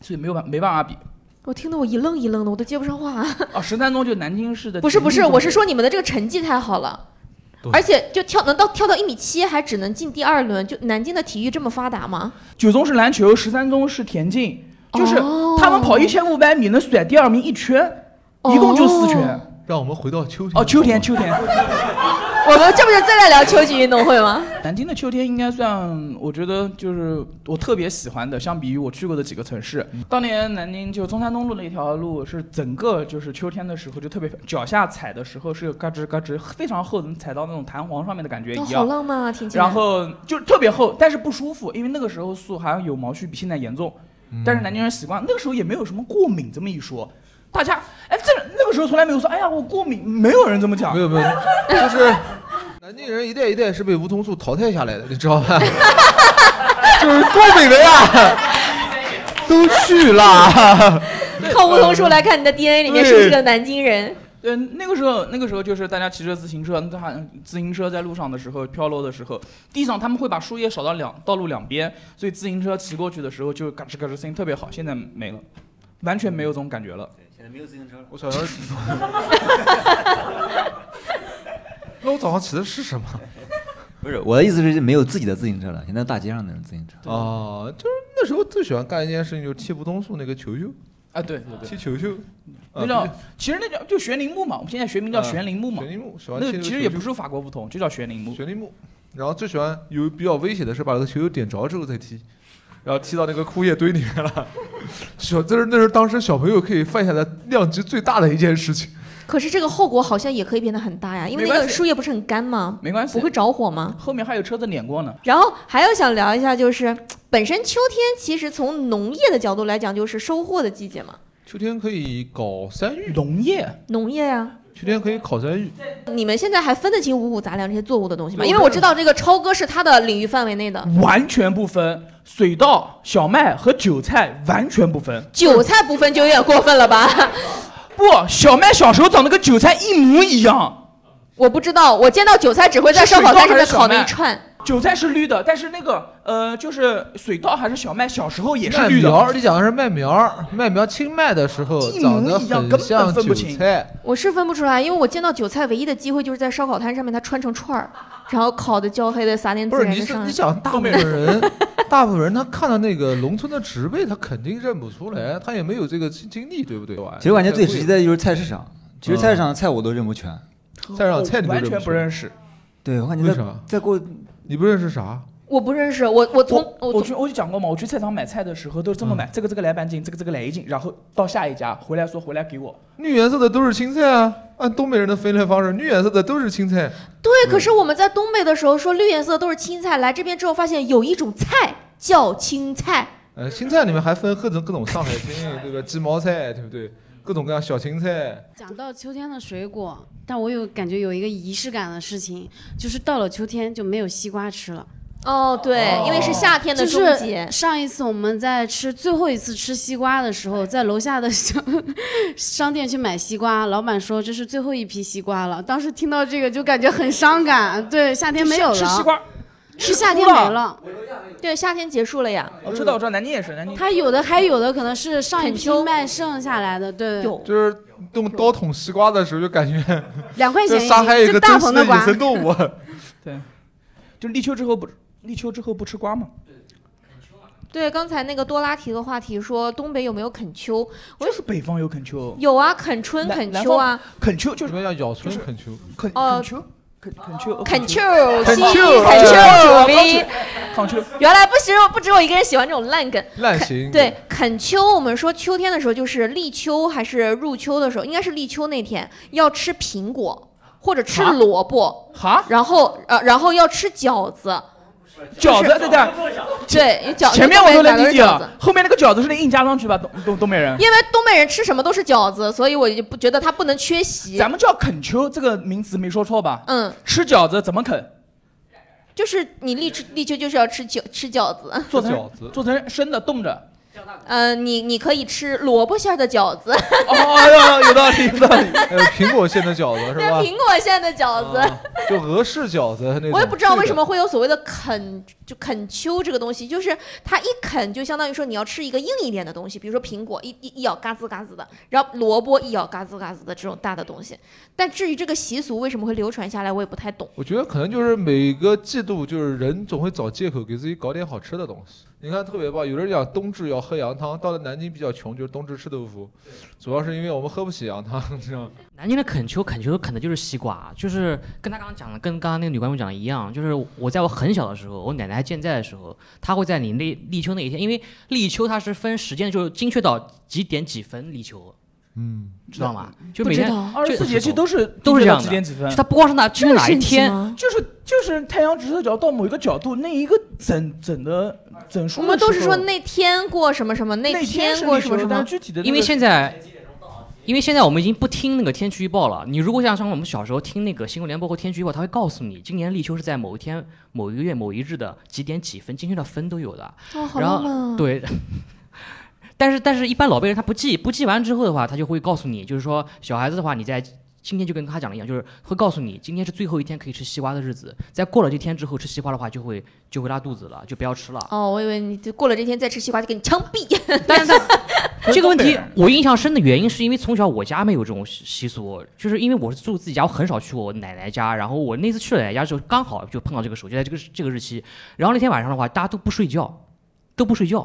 所以没有办没办法比我听得我一愣一愣的，我都接不上话。啊。十三中就南京市的，不是不是，我是说你们的这个成绩太好了。而且就跳能到跳到一米七，还只能进第二轮。就南京的体育这么发达吗？九中是篮球，十三中是田径，就是哦他们跑一千五百米能甩第二名一圈，一共就四圈。哦让我们回到 [LAUGHS] 秋天哦，秋天秋 [LAUGHS] 天。我们这不是正在聊秋季运动会吗？南京的秋天应该算，我觉得就是我特别喜欢的，相比于我去过的几个城市，嗯当年南京就中山东路那条路是整个就是秋天的时候就特别，脚下踩的时候是有嘎吱嘎吱，非常厚，能踩到那种弹簧上面的感觉哦一好样。浪漫啊，听起来。然后就特别厚，但是不舒服，因为那个时候树好像有毛絮比现在严重，嗯但是南京人习惯，那个时候也没有什么过敏这么一说。大家，哎，这那个时候从来没有说，哎呀，我过敏，没有人这么讲。没有没 [LAUGHS] 有，就是南京人一代一代是被梧桐树淘汰下来的，你知道 [LAUGHS] 吧？就是东北人啊，都去 [LAUGHS] 了。靠梧桐树来 [LAUGHS] 看你呃的 DNA 里面是不是个南京人？对，呃那个时候，那个时候就是大家骑着自行车，那还自行车在路上的时候，飘落的时候，地上他们会把树叶扫到两道路两边，所以自行车骑过去的时候就嘎吱嘎吱声音特别好。现在没了，完全没有这种感觉了。现在没有自行车了。我小时候那我早上起的是什么？ [LAUGHS] 不是 [LAUGHS] 我的意思是没有自己的自行车了，现在大街上的人自行车。哦，就是那时候最喜欢干一件事情，就是踢梧桐树那个球球，啊，对对对，踢球啊球。那叫其实那叫就悬铃木嘛，我们现在学名叫悬铃木啊嘛。悬铃木喜欢那踢个个其球实也球不是法国梧桐，就叫悬铃木。悬铃木，然后最喜欢有比较危险的是把那个球球点着之后再踢，然后踢到那个枯叶堆里面了。 [LAUGHS] 小，这是那是当时小朋友可以犯下的量级最大的一件事情。可是这个后果好像也可以变得很大呀，因为没那关个系树叶不是很干吗？没关系，不会着火吗？后面还有车子碾过呢。然后还有想聊一下，就是本身秋天其实从农业的角度来讲，就是收获的季节嘛，秋天可以搞山芋，农业，农业呀、秋天可以烤山芋。你们现在还分得清五谷杂粮这些作物的东西吗？对因为我知道这个超哥是他的领域范围内的，完全不分水稻、小麦和韭菜，完全不分。韭菜不分就有点过分了吧？不，小麦小时候长得跟韭菜一模一样。我不知道，我见到韭菜只会在烧烤摊上面烤那一串。。韭菜是绿的，但是那个呃，就是水稻还是小麦，小时候也是麦绿的。苗儿，你讲的是麦苗儿，麦苗清麦的时候一长模得一样很根本像分韭不清菜，我是分不出来，因为我见到韭菜唯一的机会就是在烧烤摊上面，它穿成串儿，然后烤的焦黑的，撒点不孜是然你的是上来。你 [LAUGHS] 想大部分人，大部分人他看到那个农村的植被，他肯定认不出来，他也没有这个经经历，对不对？其实我感觉最直接的就是菜市场，其实菜市场的菜我都认不全，哦菜市场菜你都认出来。识。对，我感为觉在啥再过你不认识啥？我不认识，我我从我我去我就讲过嘛，我去菜场买菜的时候都是这么买，嗯这个这个来半斤，这个这个来一斤，然后到下一家回来说回来给我。绿颜色的都是青菜啊，按东北人的分类方式，绿颜色的都是青菜。对，可是我们在东北的时候说绿颜色都是青菜，来这边之后发现有一种菜叫青菜，呃，青菜里面还分各种各种上海青，对吧？鸡毛菜，对不对？各种各样小青菜。 [LAUGHS] 讲到秋天的水果，但我有感觉有一个仪式感的事情，就是到了秋天就没有西瓜吃了。哦，对，因为是夏天哦的终结就是、。上一次我们在吃最后一次吃西瓜的时候，在楼下的小商店去买西瓜，老板说这是最后一批西瓜了。当时听到这个就感觉很伤感，对，夏天没有了，吃西瓜，是夏天哭了没了，对，夏天结束了呀。嗯我哦知道，我知道，南京也是，南京。它有的还有的可能是上一批卖剩下来的，对，就是用刀捅西瓜的时候，就感觉两块钱这一斤杀害一这个大真棚实的的野瓜生 [LAUGHS] 动物。对，就立秋之后不立秋之后不吃瓜嘛。对，刚才那个多拉提的话题说东北有没有啃秋，我就就是北方有啃秋，有啊，啃春、南啃秋啊，，南方啃秋就是什么叫咬春啃秋？啃哦，啃啃秋，啃秋，啃西秋一啃啊秋，啃逼秋。抗秋。原来不只有不只有我一个人喜欢这种烂梗，烂啃型对，啃秋，我们说秋天的时候就是立秋还是入秋的时候，应该是立秋那天要吃苹果或者吃哈萝卜，哈，然后呃然后要吃饺子，饺子就是对对对饺前面我都能理解饺子了，后面那个饺子是得硬加上去吧，东东东北人。因为东北人吃什么都是饺子，所以我就不觉得它不能缺席。咱们叫啃秋这个名词没说错吧？嗯，吃饺子怎么啃？就是你立秋立秋就是要吃饺吃饺子，做成做成生的冻着。呃，你你可以吃萝卜馅儿的饺子， [LAUGHS] 哦，有道理，有道理。 [LAUGHS] 还有苹果馅的饺子是吧？苹果馅的饺子。哦就俄式饺子那种。我也不知道为什么会有所谓的啃，就啃秋这个东西，就是它一啃就相当于说你要吃一个硬一点的东西，比如说苹果一一一咬嘎吱嘎吱的，然后萝卜一咬嘎吱嘎吱的这种大的东西。但至于这个习俗为什么会流传下来，我也不太懂。我觉得可能就是每个季度，就是人总会找借口给自己搞点好吃的东西。你看特别棒，有人讲冬至要喝羊汤，到了南京比较穷，就是冬至吃豆腐，主要是因为我们喝不起羊汤，你知道吗？南京的啃秋，啃秋啃的就是西瓜，就是跟他刚刚讲的，跟刚刚那个女观众讲的一样，就是我在我很小的时候，我奶奶还健在的时候，她会在你那立秋那一天，因为立秋它是分时间，就是精确到几点几分立秋，嗯，知道吗？就不每知天道二十四节气都是都是这样的，几点几分？就它不光是哪，就是哪一天，就是就是太阳直射角到某一个角度，那一个整整的整数我的时候。们都是说那天过什么什么，那天是过立什么秋什但么是，具体的那个因为现在，因为现在我们已经不听那个天气预报了。你如果像像我们小时候听那个新闻联播或天气预报，它会告诉你今年立秋是在某一天、某一个月、某一日的几点几分，精确到分都有的。哦好然浪漫后啊对。 [LAUGHS] 但是，但是一般老辈人他不记，不记完之后的话，他就会告诉你，就是说小孩子的话，你在今天就跟他讲的一样，就是会告诉你今天是最后一天可以吃西瓜的日子，在过了这天之后吃西瓜的话，就会就会拉肚子了，就不要吃了。哦，我以为你就过了这天再吃西瓜就给你枪毙。 [LAUGHS] 这个问题我印象深的原因是因为从小我家没有这种习习俗，就是因为我是住自己家，我很少去我奶奶家。然后我那次去了奶奶家之后，刚好就碰到这个时候，就在这个这个日期。然后那天晚上的话，大家都不睡觉，都不睡觉。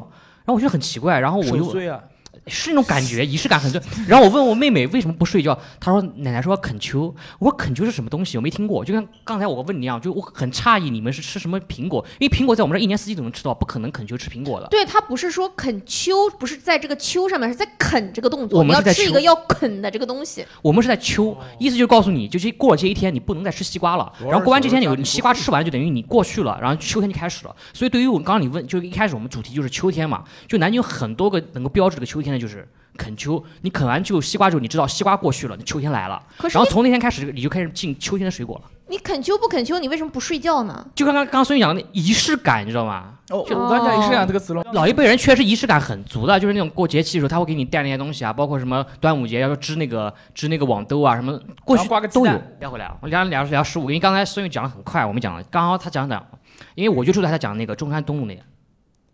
然后我觉得很奇怪，然后我守就岁啊，是那种感觉，仪式感很重。然后我问我妹妹为什么不睡觉，她说奶奶说要啃秋。我说啃秋是什么东西？我没听过。就像刚才我问你一样，就我很诧异你们是吃什么苹果，因为苹果在我们这儿一年四季都能吃到，不可能啃秋吃苹果的。对，它不是说啃秋，不是在这个秋上面，是在啃这个动作。我你们要是在吃一秋个要啃的这个东西。我们是在哦秋，意思就是告诉你，就是过了这一天，你不能再吃西瓜了。然后过完这天，你你西瓜吃完就等于你过去了，然后秋天就开始了。所以对于我刚刚你问，就是一开始我们主题就是秋天嘛，就南京有很多个能够标志这个秋天的的就是啃秋，你啃完就西瓜之后，你知道西瓜过去了，你秋天来了，可是然后你从那天开始你就开始进秋天的水果了。你啃秋不啃秋，你为什么不睡觉呢？就刚刚刚刚孙宇讲的那仪式感，你知道吗？哦，就我刚讲仪式感这个词了。老一辈人确实仪式感很足的，就是那种过节气的时候，他会给你带那些东西啊，包括什么端午节要织那个织那个网兜啊，什么过去都有。聊回来啊，我聊聊聊十五，因为刚才孙宇讲的很快，我们讲了，刚好他讲的，因为我就住在他讲那个中山东路那里，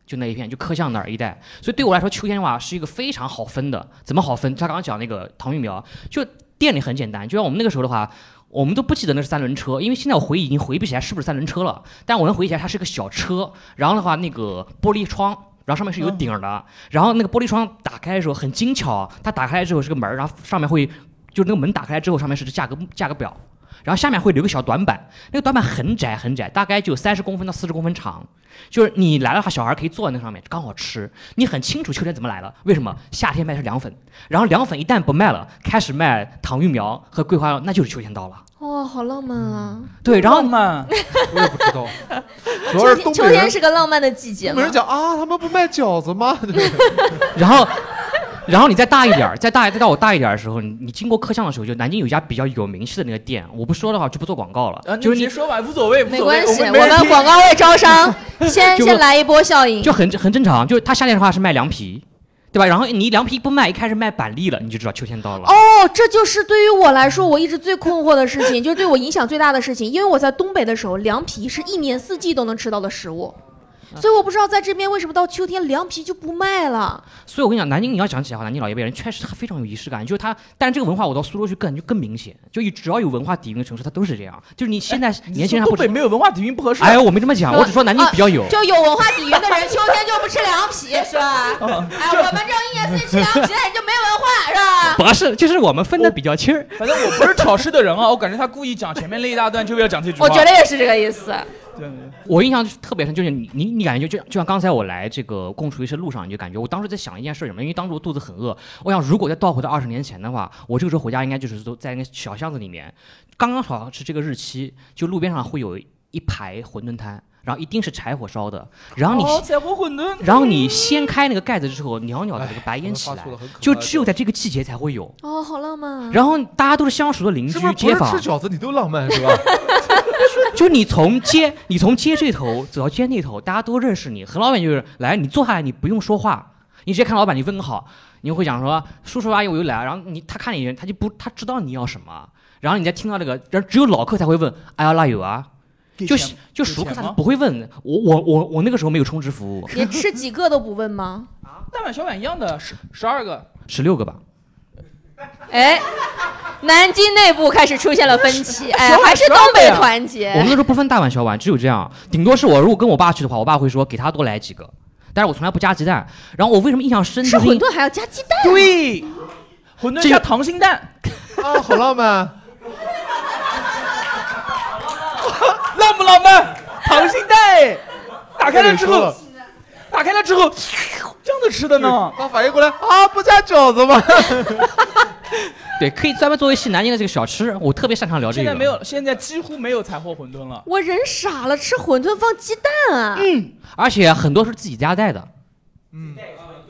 就那一片，就柯巷那儿一带，所以对我来说，秋天的话是一个非常好分的。怎么好分？他刚刚讲那个糖玉苗，就店里很简单，就像我们那个时候的话。我们都不记得那是三轮车，因为现在我回忆已经回忆不起来是不是三轮车了。但我能回忆起来，它是个小车，然后的话，那个玻璃窗，然后上面是有顶儿的，然后那个玻璃窗打开的时候很精巧，它打开之后是个门儿，然后上面会，就是那个门打开之后，上面是价格价格表，然后下面会留个小短板，那个短板很窄很窄，大概就三十公分到四十公分长，就是你来了的话，小孩可以坐在那上面刚好吃。你很清楚秋天怎么来了，为什么？夏天卖的是凉粉，然后凉粉一旦不卖了，开始卖糖芋苗和桂花药，那就是秋天到了。哦，好浪漫啊！对，然后我也不知道，主要秋是天，东秋北人天是个浪漫的季节东北嘛人。讲啊，他们不卖饺子 [LAUGHS] 吗？然后，然后你再大一点儿，再大再到我大一点儿的时候，你你经过客巷的时候，就南京有一家比较有名气的那个店，我不说的话就不做广告了，啊，就是你你直接说吧，无所谓，无没所谓关系，我我们没人们听广告位招 [LAUGHS] [LAUGHS] 商，先就先来一波效应。就很很正常，就是他夏天的话是卖凉皮，对吧？然后你凉皮不卖，一开始卖板栗了，你就知道秋天到了。哦，这就是对于我来说，我一直最困惑的事情，就是 [LAUGHS] 对我影响最大的事情，因为我在东北的时候，凉皮是一年四季都能吃到的食物，嗯所以我不知道在这边为什么到秋天凉皮就不卖了。所以我跟你讲，南京你要讲起来的话，南京老一辈人确实他非常有仪式感，就是他，但是这个文化我到苏州去更就更明显，就一只要有文化底蕴的城市，它都是这样。就是你现在年轻人还不东北没有文化底蕴不合适。哎，我没这么讲，我只说南京比较有。哎啊就有文化底蕴的人，秋天就不吃凉皮，是吧？哦哎，我们这种一年四季吃凉皮的人就没文化，是吧？不是，就是我们分的比较清儿。反正我不是挑事的人啊，我感觉他故意讲前面那一大段就为了讲这句话。我觉得也是这个意思。对。对对我印象特别深，就是你你你感觉就就就像刚才我来这个共处一室路上，你就感觉我当时在想一件事儿什么，因为当时我肚子很饿，我想如果再倒回到二十年前的话，我这个时候回家应该就是都在那个小巷子里面，刚刚好是这个日期，就路边上会有一排馄饨摊，然后一定是柴火烧的，然后你、哦柴火馄饨，然后你掀开那个盖子之后，袅袅的这个白烟嗯起哎我来们发出了很可爱的，嗯就只有在这个季节才会有。哦，好浪漫啊！然后大家都是相熟的邻居是不是不街是坊，吃饺子你都浪漫是吧？ [LAUGHS] 就你从街，你从街这头走到街那头，大家都认识你。何老板就是来，你坐下来，你不用说话，你直接看老板，你问个好，你会讲说叔叔阿姨我又来了。然后你他看你，他就不他知道你要什么，然后你再听到这个，然后只有老客才会问哎呀辣油啊，给就钱是就给熟客钱他吗不会问我我我我那个时候没有充值服务，连吃几个都不问 [LAUGHS] 吗？啊大碗小碗一样的，十十二个。 [LAUGHS] 十六个吧。哎，南京内部开始出现了分歧，哎小，碗还是十二东个北呀团结。我们那时候不分大碗小碗，只有这样，顶多是我如果跟我爸去的话，我爸会说给他多来几个，但是我从来不加鸡蛋。然后我为什么印象深？吃就是馄因饨还要加鸡蛋、对，馄饨这加个溏心蛋，啊，好浪漫， [LAUGHS] 浪不浪漫？溏心蛋 [LAUGHS] 哎，打开了之这里说后了，打开了之后，这样子吃的呢？他反应过来啊，不加饺 [LAUGHS] 子吗？啊对，可以专门作为西南京的这个小吃，我特别擅长聊这个。现在没有，现在几乎没有柴火馄饨了。我人傻了，吃馄饨放鸡蛋啊！嗯，而且很多是自己家带的，嗯，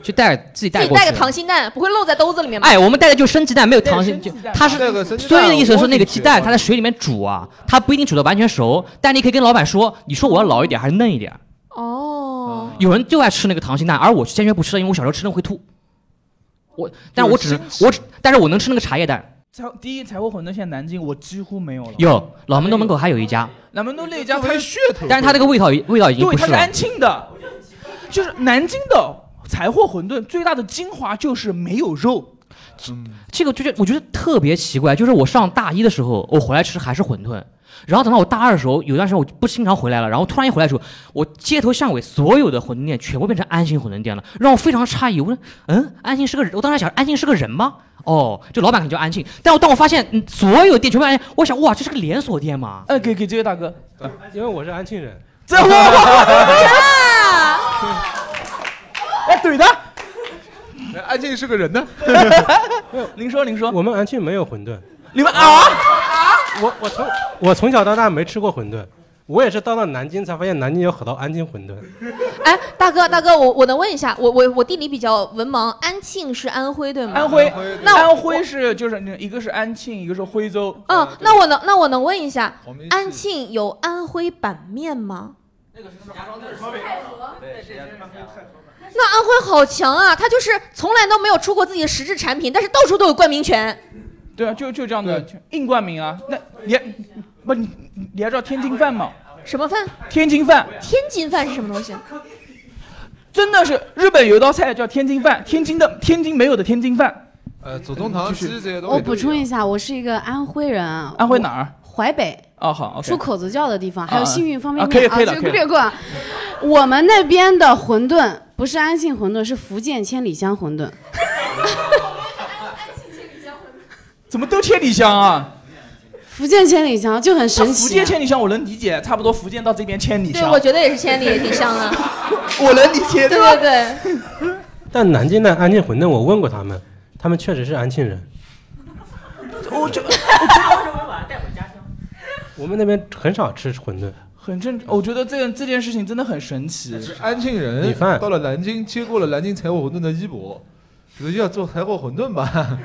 就带自己自带己过去。带个溏心蛋，不会漏在兜子里面吗？哎，我们带的就是生鸡蛋，没有溏心生。就鸡蛋它带个是生鸡蛋孙悦的意思是那个鸡蛋，我它在水里面煮啊，它不一定煮的完全熟，但你可以跟老板说，你说我要老一点还是嫩一点。哦，有人就爱吃那个溏心蛋，而我坚决不吃，因为我小时候吃那个会吐。我，但我只有是生我只，但是我能吃那个茶叶蛋。柴第一柴火馄饨现在南京我几乎没有了。有老门东门口还有一家，南门东那一家它噱头但是它这个味道味道已经对，不它是是了安。庆的，就是南京的柴火馄饨最大的精华就是没有肉。嗯这个就是我觉得特别奇怪，就是我上大一的时候，我回来吃还是馄饨，然后等到我大二的时候，有段时间我不经常回来了，然后突然一回来的时候，我街头巷尾所有的馄饨店全部变成安庆馄饨店了，让我非常诧异。我说，嗯，安庆是个人，我当时想安庆是个人吗？哦，这老板可能叫安庆，但我当我发现嗯所有店全部安庆，我想哇，这是个连锁店嘛？哎，给给这位大哥，因为我是安庆人，这 [LAUGHS] 我 [LAUGHS] 哎怼他。哎安静是个人 [LAUGHS] 呢，您说您说，我们安庆没有馄饨，你们啊，我我从我从小到大没吃过馄饨，我也是到了南京才发现南京有好多安庆馄饨。哎，大哥，大哥，我我能问一下，我我我地理比较文盲，安庆是安徽对吗？安徽，那安徽是就是那一个是安庆，一个是徽州。嗯，那我能那我能问一下，安庆有安徽板面吗？啊那安徽好强啊，他就是从来都没有出过自己的实质产品，但是到处都有冠名权。对啊，就就这样的硬冠名啊。那你还不你你还知道天津饭吗？什么饭？天津饭，天津饭是什么东西？啊 [LAUGHS] 真的是日本有一道菜叫天津饭，天津的天津没有的天津饭。呃，左宗棠西这些我补充一下，我是一个安徽人啊，啊安徽哪儿？淮北。哦，好，出口子窖的地方，还有啊幸运方便啊可以面可以了这可个以了略过啊。我们那边的馄饨不是安庆馄饨，是福建千里香馄饨。怎么都千里香啊？福建千里香就很神奇啊、福建千里香我能理解，差不多福建到这边千里香。对，我觉得也是千里也挺像啊。 [LAUGHS] 我能理解对对吧对对，但南京的安庆馄饨，我问过他们，他们确实是安庆人。我就我们那边很少吃馄饨，很正，我觉得这个这件事情真的很神奇。哎安庆人米饭到了南京，接过了南京柴火馄饨的衣钵，觉得要做柴火馄饨吧。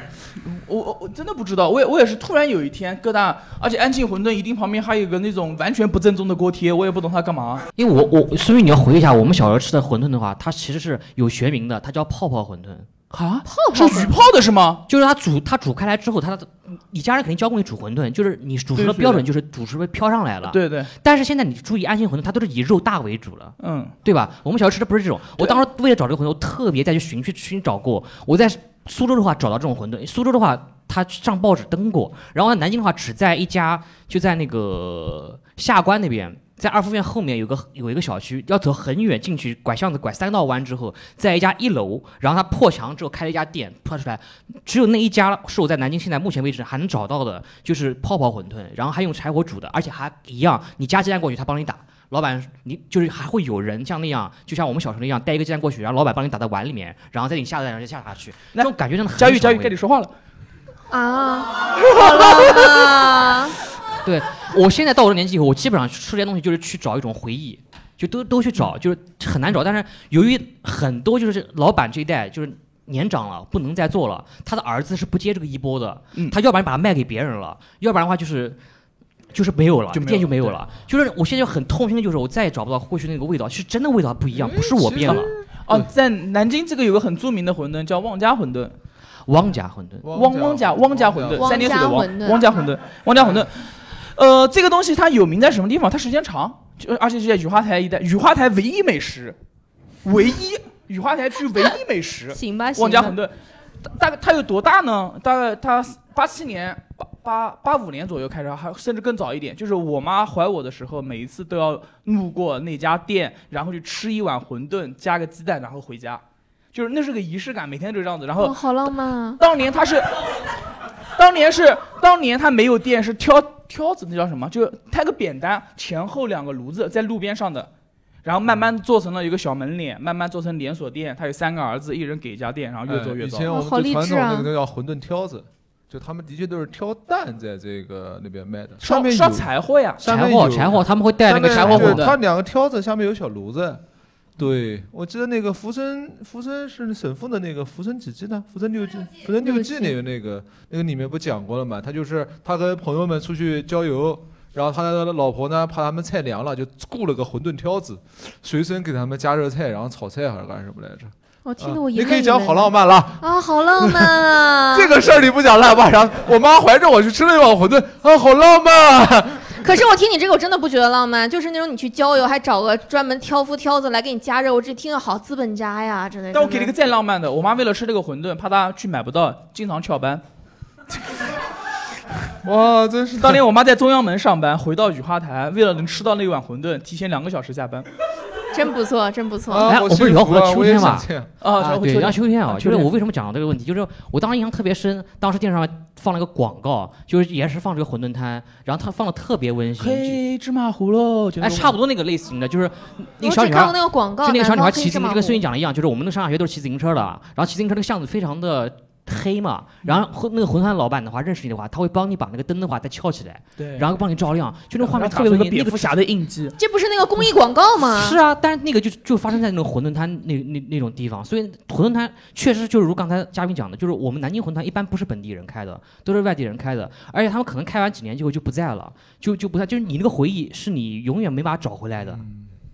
我我我真的不知道，我也我也是突然有一天各大，而且安庆馄饨一定旁边还有一个那种完全不正宗的锅贴，我也不懂它干嘛。因为我我，所以你要回忆一下，我们小时候吃的馄饨的话，它其实是有学名的，它叫泡泡馄饨。啊，是是鱼泡的是吗？就是它煮它煮开来之后，它的你家人肯定教过你煮馄饨，就是你主食的对对标准就是主食会飘上来了。对对。但是现在你注意安庆馄饨，它都是以肉大为主了。嗯，对吧？我们小时候吃的不是这种。我当时为了找这个馄饨，我特别再去寻去寻找过。我在苏州的话找到这种馄饨，苏州的话它上报纸登过，然后在南京的话只在一家就在那个下关那边。在二附院后面有个有一个小区，要走很远进去，拐巷子拐三道弯之后，在一家一楼，然后它破墙之后开了一家店，破出来，只有那一家是我在南京现在目前为止还能找到的，就是泡泡馄饨，然后还用柴火煮的，而且还一样，你加鸡蛋过去，他帮你打。老板，你就是还会有人像那样，就像我们小时候那样，带一个鸡蛋过去，然后老板帮你打在碗里面，然后再给你下蛋，然后再下下去，那种感觉真的很佳玉爽佳味玉该你说话了。啊，好浪啊！对我现在到我这年纪以后，我基本上吃这些东西就是去找一种回忆，就都都去找，就是很难找。但是由于很多就是老板这一代就是年长了，不能再做了，他的儿子是不接这个衣钵的，嗯他要不然把它卖给别人了，要不然的话就是。就是没有了，这就没有店就没有对了。就是我现在就很痛心的，就是我再也找不到过去那个味道，是真的味道不一样，不是我变了。哦，在南京这个有个很著名的馄饨叫汪家馄饨，汪家馄饨，汪汪家汪家馄饨，汪家三点水的汪汪家馄饨汪家馄饨，汪家馄饨。呃，这个东西它有名在什么地方？它时间长，就而且是在雨花台一带，雨花台唯一美食，唯一雨花台区唯一美 [LAUGHS] 食。行吧行吧汪家馄饨，大大它有多大呢？大概它八七年、八八八五年左右开始，还甚至更早一点。就是我妈怀我的时候，每一次都要路过那家店，然后去吃一碗馄饨，加个鸡蛋，然后回家。就是那是个仪式感，每天都这样子。然后、哦好浪漫啊！当年他是，当年是，当年他没有电，是挑挑子，那叫什么？就摊个扁担，前后两个炉子在路边上的，然后慢慢做成了一个小门脸，慢慢做成连锁店。他有三个儿子，一人给一家店，然 [LAUGHS] 后越做越哎以糟。哦前我们最传统啊啊那个都叫馄饨挑子，就他们的确都是挑担在这个那边卖的，烧上面有烧柴火呀上面柴火有柴火他们会带那个上柴面火对馄饨它两个挑子下面有小炉子。对，我记得那个福生，福生是沈复的那个福生几季呢？福生六季，福生六季那个那个那个里面不讲过了嘛？他就是他跟朋友们出去郊游，然后他的老婆呢怕他们菜凉了，就雇了个馄饨挑子，随身给他们加热菜，然后炒菜还是干什么来着？我听得啊我你眼可以泪讲流好浪漫了。啊，好浪漫啊！ [LAUGHS] 这个事儿你不讲浪漫，然后我妈怀着我去吃了一碗馄饨，啊，好浪漫啊！ [LAUGHS] 可是我听你这个，我真的不觉得浪漫，就是那种你去郊游还找个专门挑夫挑子来给你加热，我这听着好资本家呀之类的。但我给了一个再浪漫的，我妈为了吃这个馄饨，怕她去买不到，经常翘班。 [LAUGHS] 哇，真是！当年我妈在中央门上班，回到雨花台，为了能吃到那碗馄饨，提前两个小时下 [LAUGHS] 班。真不错，真不错。哎，我不是聊回了秋天嘛？啊对，秋天聊秋天啊，啊就秋是天我为什么讲到这个问题，就是我当时印象特别深，当时电视上面放了一个广告，就是也是放这个馄饨摊，然后他放的特别温馨，嘿，芝麻糊喽！哎，差不多那个类型的，就是那个小女我只看孩过那个广告就那个小女南方孩黑骑芝自麻行，跟糊孙颖讲的一样，就是我们那上下学都是骑自行车的，然后骑自行车那个巷子非常的。黑嘛，然后那个馄饨老板的话认识你的话，他会帮你把那个灯的话再翘起来，对然后帮你照亮，就那个画面然后特别打出一个明蝙蝠侠的印记。这不是那个公益广告吗？是啊，但是那个就就发生在那个馄饨摊那那那种地方，所以馄饨摊确实就是如刚才嘉宾讲的，就是我们南京馄饨摊一般不是本地人开的，都是外地人开的，而且他们可能开完几年之后就不在了，就就不在，就是你那个回忆是你永远没法找回来的。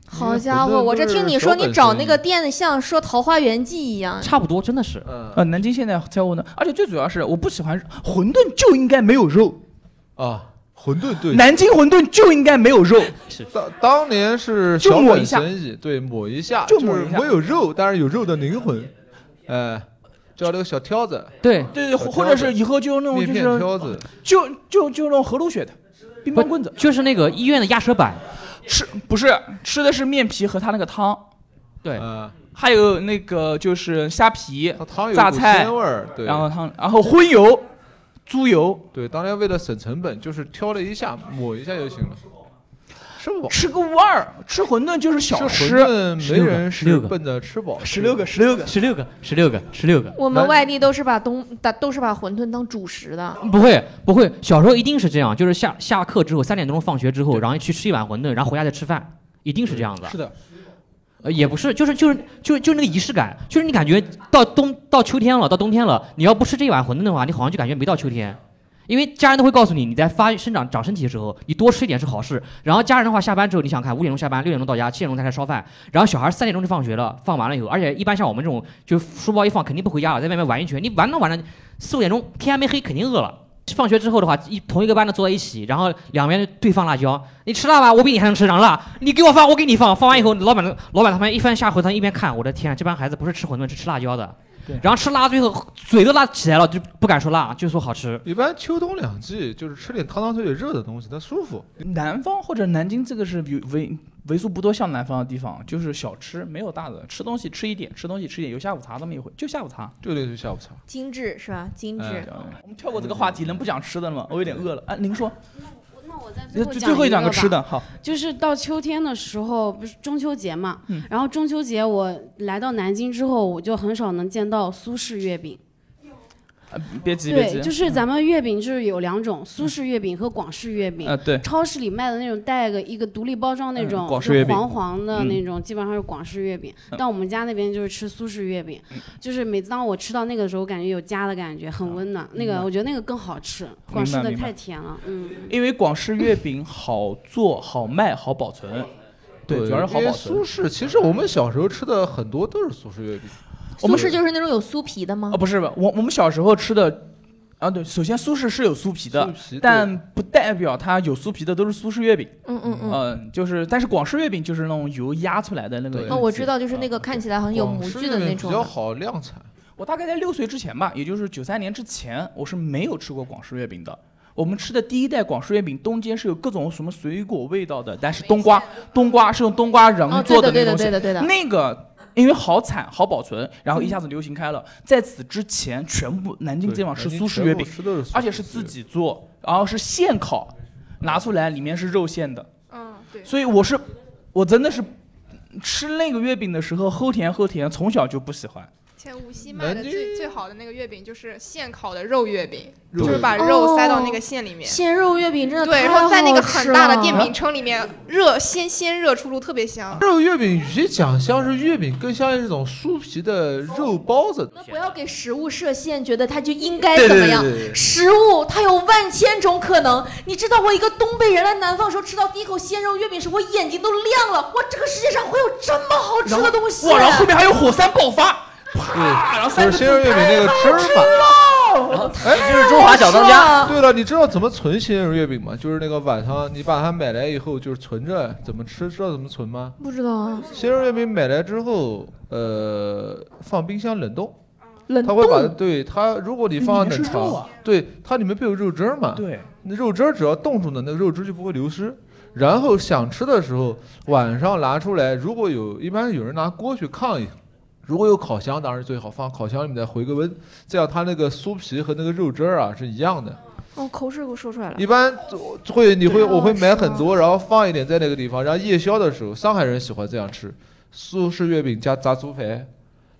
好家伙，我这听你说你找那个店像说《桃花源记》一样，差不多，真的是。嗯呃，南京现在菜馄饨，而且最主要是我不喜欢馄饨就应该没有肉，啊，馄饨对，南京馄饨就应该没有 [LAUGHS] 肉。是当当年是就小抹一本下生意，对，抹一下，就就抹是一下没有肉，但是有肉的灵魂，哎，叫那个小挑子，对对呃对，或或者是以后就用那种面就片挑是子，就就就那种河流血的乒乓棍子，就是那个医院的压舌板，吃不是吃的是面皮和它那个汤，对，呃还有那个就是虾皮、有榨股菜鲜味儿对然后汤，啊然后荤油、猪油，对，当年为了省成本，就是挑了一下，抹一下就行了。吃不饱，吃个腕儿，吃馄饨就是小吃吃馄饨没人是16个奔着吃饱，十六个，十六个，十六个，十六个，十六个。我们外地都是把东打都是把馄饨当主食的。不会不会，小时候一定是这样，就是下下课之后三点钟放学之后，然后去吃一碗馄饨，然后回家再吃饭，一定是这样子。嗯是的，呃，也不是，就是就是就是就是那个仪式感，就是你感觉到冬到秋天了，到冬天了，你要不吃这一碗馄饨的话，你好像就感觉没到秋天，因为家人都会告诉你，你在发育生长长身体的时候，你多吃一点是好事。然后家人的话，下班之后，你想看五点钟下班，六点钟到家，七点钟才开始烧饭，然后小孩三点钟就放学了，放完了以后，而且一般像我们这种，就书包一放肯定不回家了，在外面玩一圈，你玩到晚上四五点钟天还没黑，肯定饿了。放学之后的话，一同一个班的坐在一起，然后两边对放辣椒，你吃辣吧，我比你还能吃长辣，你给我放，我给你放。放完以后，老板老板他们一翻下馄饨，一边看，我的天，啊这帮孩子不是吃馄饨，是吃辣椒的。对然后吃辣，最后嘴都辣起来了，就不敢说辣，就说好吃。一般秋冬两季就是吃点汤汤水水热的东西，它舒服。南方或者南京这个是比为为数不多像南方的地方，就是小吃没有大的，吃东西吃一点，吃东西吃一点，有下午茶这么一回，就下午茶。对对，就下午茶。精致嗯是吧？精致。哎我们跳过这个话题，能不讲吃的了吗？我有点饿了。啊，您说，那我再那最后最最后一讲个吧吃的，好，就是到秋天的时候，不是中秋节嘛，嗯然后中秋节我来到南京之后，我就很少能见到苏式月饼。呃别急别急，对，就是咱们月饼就是有两种，苏式月饼和广式月饼。嗯啊对超市里卖的那种带个一个独立包装那种，嗯广式月饼就黄黄的嗯那种，基本上是广式月饼。嗯但我们家那边就是吃苏式月饼，就是每次当我吃到那个的时候，我感觉有家的感觉，很温暖。那啊明个白我觉得那个更好吃，白广式的明白太甜了。嗯，因为广式月饼好做、好卖、好保存，对，主要是好因保为存。苏式，其实我们小时候吃的很多都是苏式月饼。我们苏式就是那种有酥皮的吗？啊，不是吧？我我们小时候吃的，啊对，首先苏式是有酥皮的，对但不代表它有酥皮的都是苏式月饼。嗯嗯嗯。嗯，就是，但是广式月饼就是那种油压出来的那个。哦，我知。道，啊就是那个看起来很有模具的那种。好量产。我大概在六岁之前吧，也就是九三年之前，我是没有吃过广式月饼的。我们吃的第一代广式月饼，中间是有各种什么水果味道的，但是冬瓜，冬瓜是用冬瓜瓤哦做对那的东西，对的对的对的那个因为好产好保存，然后一下子流行开了。在此之前，全部南京这往是对南京苏式月饼全部吃都是苏，式而且是自己做，然后是现烤，拿出来里面是肉馅的。嗯，对。所以我是，我真的是吃那个月饼的时候齁甜齁甜，从小就不喜欢。前无锡卖的南最最好的那个月饼就是现烤的肉月饼，肉就是把肉塞到那个馅里面。哦鲜肉月饼真的对，太然后在那个好吃很大的了电饼铛里面热鲜鲜热出炉，特别香。肉月饼与其讲像是月饼，更像是一种酥皮的肉包子。不要给食物设限，觉得它就应该对怎对么样。对对对食物它有万千种可能。你知道，我一个东北人来南方的时候，吃到第一口鲜肉月饼时，我眼睛都亮了。哇，这个世界上会有这么好吃的东西！啊哇，然后后面还有火山爆发，啪，然后就是鲜肉月饼那个汁儿嘛。法哎，就是中华小当家对了，你知道怎么存鲜肉月饼吗？就是那个晚上你把它买来以后，就是存着怎么吃，知道怎么存吗？不知道啊，鲜肉月饼买来之后，呃，放冰箱冷冻。冷它会把对它，如果你放里面是冷藏，肉啊对它里面不有肉汁儿嘛？对，那肉汁儿只要冻住了，那个肉汁就不会流失。然后想吃的时候，晚上拿出来，如果有一般有人拿锅去炕一下，如果有烤箱当然是最好，放烤箱里面再回个温，这样它那个酥皮和那个肉汁儿啊是一样的。哦，口水给我说出来了。一般会你会啊我会买很哦。多，然后放一点在那个地方，然后夜宵的时候，上海人喜欢这样吃，苏式月饼加炸猪排，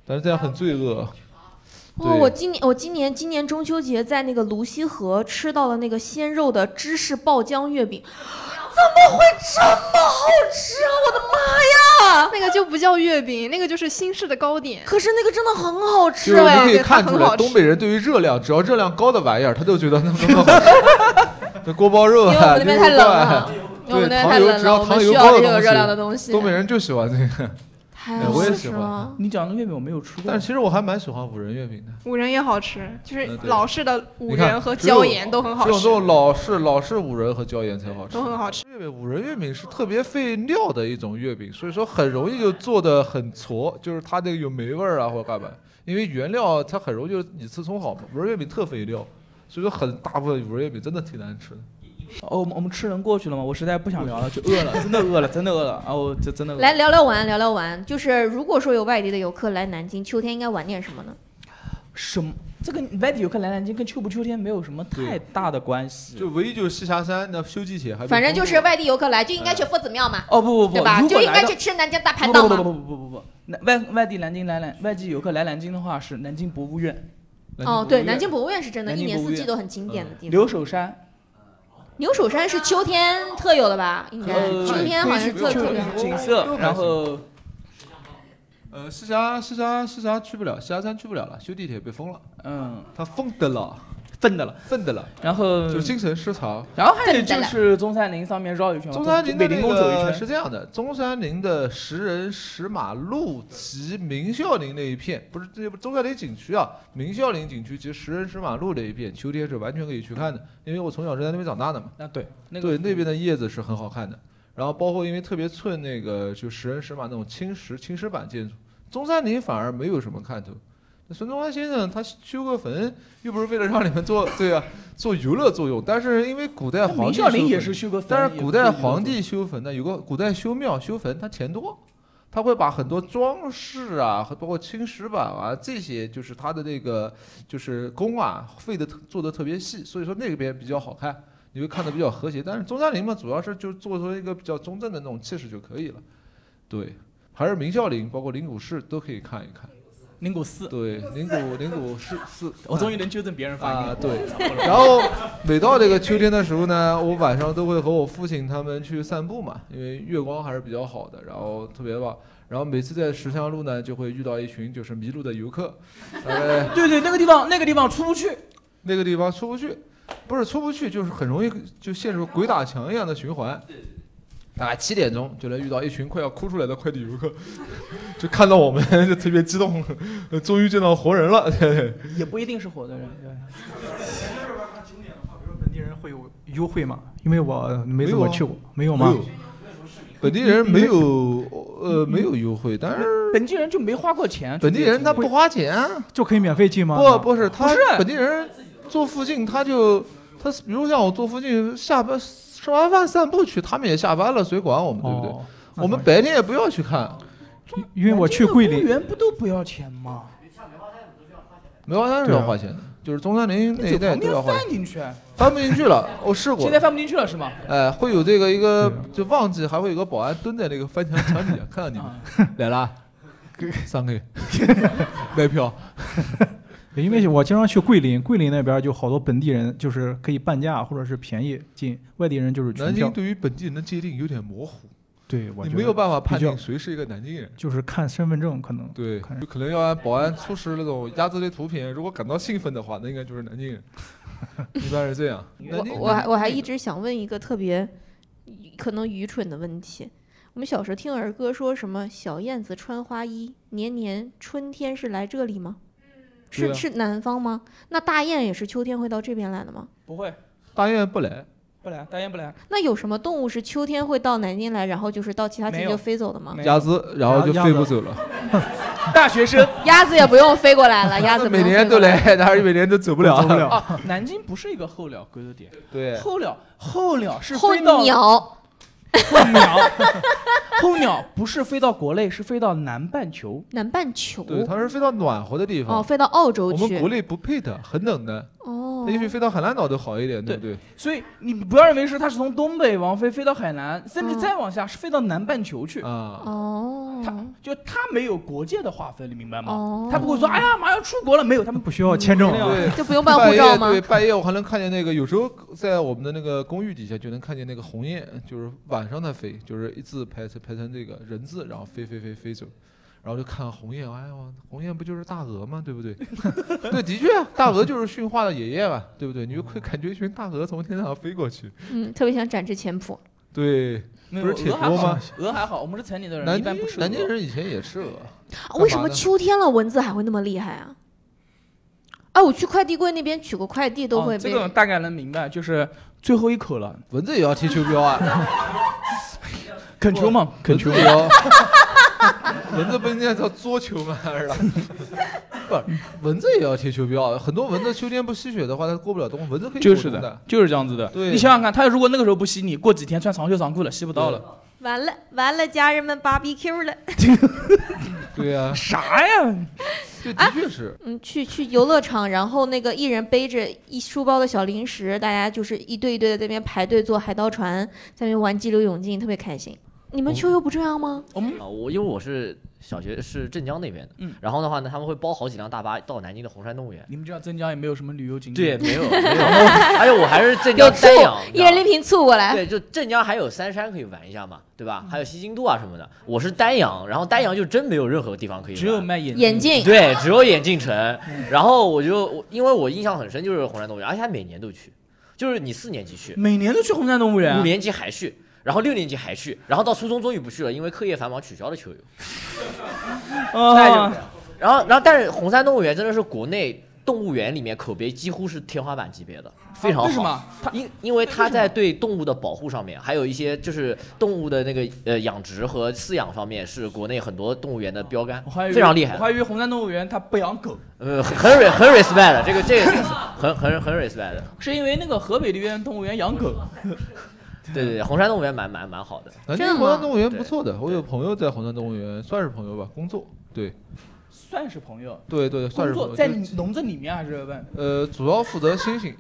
但是这样很罪恶。哇、我今年我今年今年中秋节在那个泸溪河吃到了那个鲜肉的芝士爆浆月饼，怎么会这么好吃啊！我的妈呀，那个就不叫月饼，那个就是新式的糕点。可是那个真的很好就吃是你哎，可以对它看出很来，好东吃。北人对于热量，只要热量高的玩意儿，他都觉得那么好吃。 [LAUGHS] 这锅包肉因为我啊，们那边牛肉太冷段了因为对我们那边糖油太冷只了要我糖们油需要高这东个西热量的东西东北人就喜欢这个。太哎对我也好喜吃欢。了，你讲的月饼我没有吃过，但其实我还蛮喜欢五仁月饼的。五仁也好吃，就是嗯对老式的五你看仁和只有椒盐都很好只有这吃，种老式老式五仁和椒盐才好吃。都很好吃。月饼五仁月饼是特别费料的一种月饼，所以说很容易就做的很挫，就是它那个有霉味儿啊或者干嘛，因为原料它很容易就是你自从好嘛。五仁月饼特费料，所以说很大部分五仁月饼真的挺难吃的。哦，我们我们吃能过去了吗？我实在不想聊了，就饿了，真的饿了，真的饿了啊！我这真的饿 [LAUGHS] 了来聊聊玩，聊聊玩，就是如果说有外地的游客来南京，秋天应该玩点什么呢？什么？这个外地游客来南京跟秋不秋天没有什么太大的关系，就唯一就是栖霞山那修机铁还反正就是外地游客来就应该去夫子庙嘛，哦不不不，对吧？如就果应来该到去吃南京大排档不不嘛。不不不不不不，南外外地南京来南外地游客来南京的话是南京博物院。哦，对，南京博物院是真的，南一京年博物四季院都很经典的地方。留守山，牛首山是秋天特有的吧？应该呃秋天好像是特特别景景色，然后呃，石峡石峡石峡去不了，石峡山去不了了，修地铁被封了。嗯，他封的了，封的了，封的了。然后就是精神失常。然后还有就是中山陵上面绕一圈嘛，中山陵的北那陵宫走一个圈是这样的，中山陵的石人石马路及明孝陵那一片，不是这不中山陵景区啊，明孝陵景区及石人石马路那一片，秋天是完全可以去看的，因为我从小是在那边长大的嘛。啊对，那对那边的叶子是很好看的，然后包括因为特别寸那个就石人石马那种青石青石板建筑，中山陵反而没有什么看头。那孙中山先生他修个坟，又不是为了让你们做对啊，做娱乐作用。但是因为古代皇帝明孝陵修也坟是修个坟但也是不古是代娱乐作皇帝修坟呢，有个古代修庙修坟，他钱多，他会把很多装饰啊，和包括青石板啊这些，就是他的那个就是工啊，费的做的特别细，所以说那边比较好看，你会看的比较和谐。但是中山陵嘛，主要是就做出一个比较中正的那种气势就可以了。对，还是明孝陵，包括灵谷寺都可以看一看。灵谷寺对，灵谷灵谷寺寺， [LAUGHS] 我终于能纠正别人发音啊了。。对然后每到这个秋天的时候呢，我晚上都会和我父亲他们去散步嘛，因为月光还是比较好的，然后特别棒。然后每次在石像路呢，就会遇到一群就是迷路的游客，大概 [LAUGHS] 对对，那个地方那个地方出不去，那个地方出不去，不是出不去，就是很容易就陷入鬼打墙一样的循环。大概啊七点钟就能遇到一群快要哭出来的快递游客， [LAUGHS] 就看到我们 [LAUGHS] 就特别激动，呃终于见到活人了。 [LAUGHS] 对也不一定是火的人。对本地人会有优惠吗？因为我没怎么去过，没有没吗？有本地人没有呃没有优惠，但是本地人就没花过钱，本地人他不花钱、就可以免费进吗？不不是，他是本地人坐附近，他就他比如像我坐附近下班吃完饭散步去，他们也下班了，谁管我们对不对？哦我们白天也不要去看，因为我去桂林公园不都不要钱吗？梅花山是对要啊花钱的，就是中山陵那一走带旁都要边花钱翻，进去，翻不进去了， [LAUGHS] 我试过现在。翻不进去了是吗？哎，会有这个一个啊就旺季，还会有个保安蹲在那个翻墙墙底下，看到你们啊 [LAUGHS] 来啦， [LAUGHS] 三个买票。 [LAUGHS] 因为我经常去桂林，桂林那边就好多本地人，就是可以半价或者是便宜进，外地人就是全南票京。对于本地人的界定有点模糊，对，我你觉没得有办法判比较定谁是一个南京人。就是看身份证可能。对，就可能要按保安出示那种鸭子的图片，如果感到兴奋的话，那应该就是 [LAUGHS] 南京人，一般是这样。南京我我嗯还我还一直想问一个特别可能愚蠢的问题。我们小时候听儿歌说什么“小燕子穿花衣，年年春天是来这里吗？”对是啊是南方吗？那大雁也是秋天会到这边来的吗？不会，大雁不来，不来，大雁不来。那有什么动物是秋天会到南京来，然后就是到其他地没方有就飞走的吗？鸭子然后就鸭飞子不走了。大学生，鸭子也不用飞过来了，啊鸭子不每用年飞过都来来，但是每年都走不了。啊，南京不是一个候鸟归的点，对候鸟候鸟是候飞到 [LAUGHS] 鸟，候鸟候鸟不是飞到国内，是飞到南半球。南半球对，它是飞到暖和的地方。哦，飞到澳洲我们去国。内不配的，很冷的。哦它，也许飞到海南岛都好一点，对不对？所以你不要认为是它是从东北王菲飞到海南，甚至再往下是飞到南半球去。啊，嗯哦，他就他没有国界的划分，你明白哦吗？他不会说哎呀马上出国了，没有，他们不需要签证 [LAUGHS] 了对，就不用办护半夜照吗对，半夜我还能看见那个，有时候在我们的那个公寓底下就能看见那个鸿雁，就是晚上它飞，就是一字排成排成这个人字，然后飞飞飞飞走，然后就看鸿雁，哎呦，鸿雁不就是大鹅吗？对不对？对，的确，大鹅就是驯化的爷爷嘛，对不对？你就会感觉一群大鹅从天上飞过去，嗯，特别想展翅前扑。对，没有不是铁鹅还锅好吗？，鹅还好，我们是城里的人，南一般不京吃鹅。南京人以前也是鹅，啊为什干嘛么呢秋天了蚊子还会那么厉害啊？啊，我去快递柜那边取过快递都哦会这被。个大概能明白，就是最后一口了，蚊子也要贴秋膘 [LAUGHS] 啊，恳求嘛，恳求蚊子也要 [LAUGHS] 蚊子不应该叫捉球吗？还是啥？不是，蚊子也要贴秋膘啊。很多蚊子秋天不吸血的话，它过不了冬，蚊子可以过就是冬的，，就是这样子的。对你想想看，他如果那个时候不吸你，过几天穿长袖长裤了，吸不到了。完了完了，家人们 BBQ 了。对啊 [LAUGHS] 呀、啥哎呀？ [LAUGHS] 这的确是。嗯，去去游乐场，然后那个一人背着一书包的小零食，大家就是一队一队的在那边排队坐海盗船，在那边玩激流勇进，特别开心。你哦们秋游不这样吗？嗯啊，我因为我是小学是镇江那边的，嗯然后的话呢，他们会包好几辆大巴到南京的红山动物园。你们知道镇江也没有什么旅游景对，点，没有，没有 [LAUGHS] 而且我还是镇江有醋丹阳，一人拎瓶醋过来对，就镇江还有三山可以玩一下嘛，对吧？还有西京渡啊什么的。我是丹阳，然后丹阳就真没有任何地方可以玩，只有卖眼眼镜对，只有眼镜城。 [LAUGHS] 然后我就我因为我印象很深，就是红山动物园，而且他每年都去，就是你四年级去，每年都去红山动物园啊五年级还去。然后六年级还去，然后到初中终于不去了，因为课业繁忙取消了秋游。那就啊是，然后，然后，但是红山动物园真的是国内动物园里面口碑几乎是天花板级别的，非常好。啊为什么？因因为它在对动物的保护上面，还有一些就是动物的那个呃养殖和饲养方面，是国内很多动物园的标杆我还以，为非常厉害我。还以为红山动物园它不养狗，呃，很很 re- 很 respect 的，这个这个是很很很 respect 的。 [LAUGHS] 是因为那个河北那边动物园养狗。 [LAUGHS] 对对对，红山动物园蛮蛮蛮好的。南京红山动物园不错的，我有朋友在红山动物园，算是朋友吧，工作。对算是朋友，对对，算是工朋作友。在就农村里面还是外面？呃，主要负责猩猩，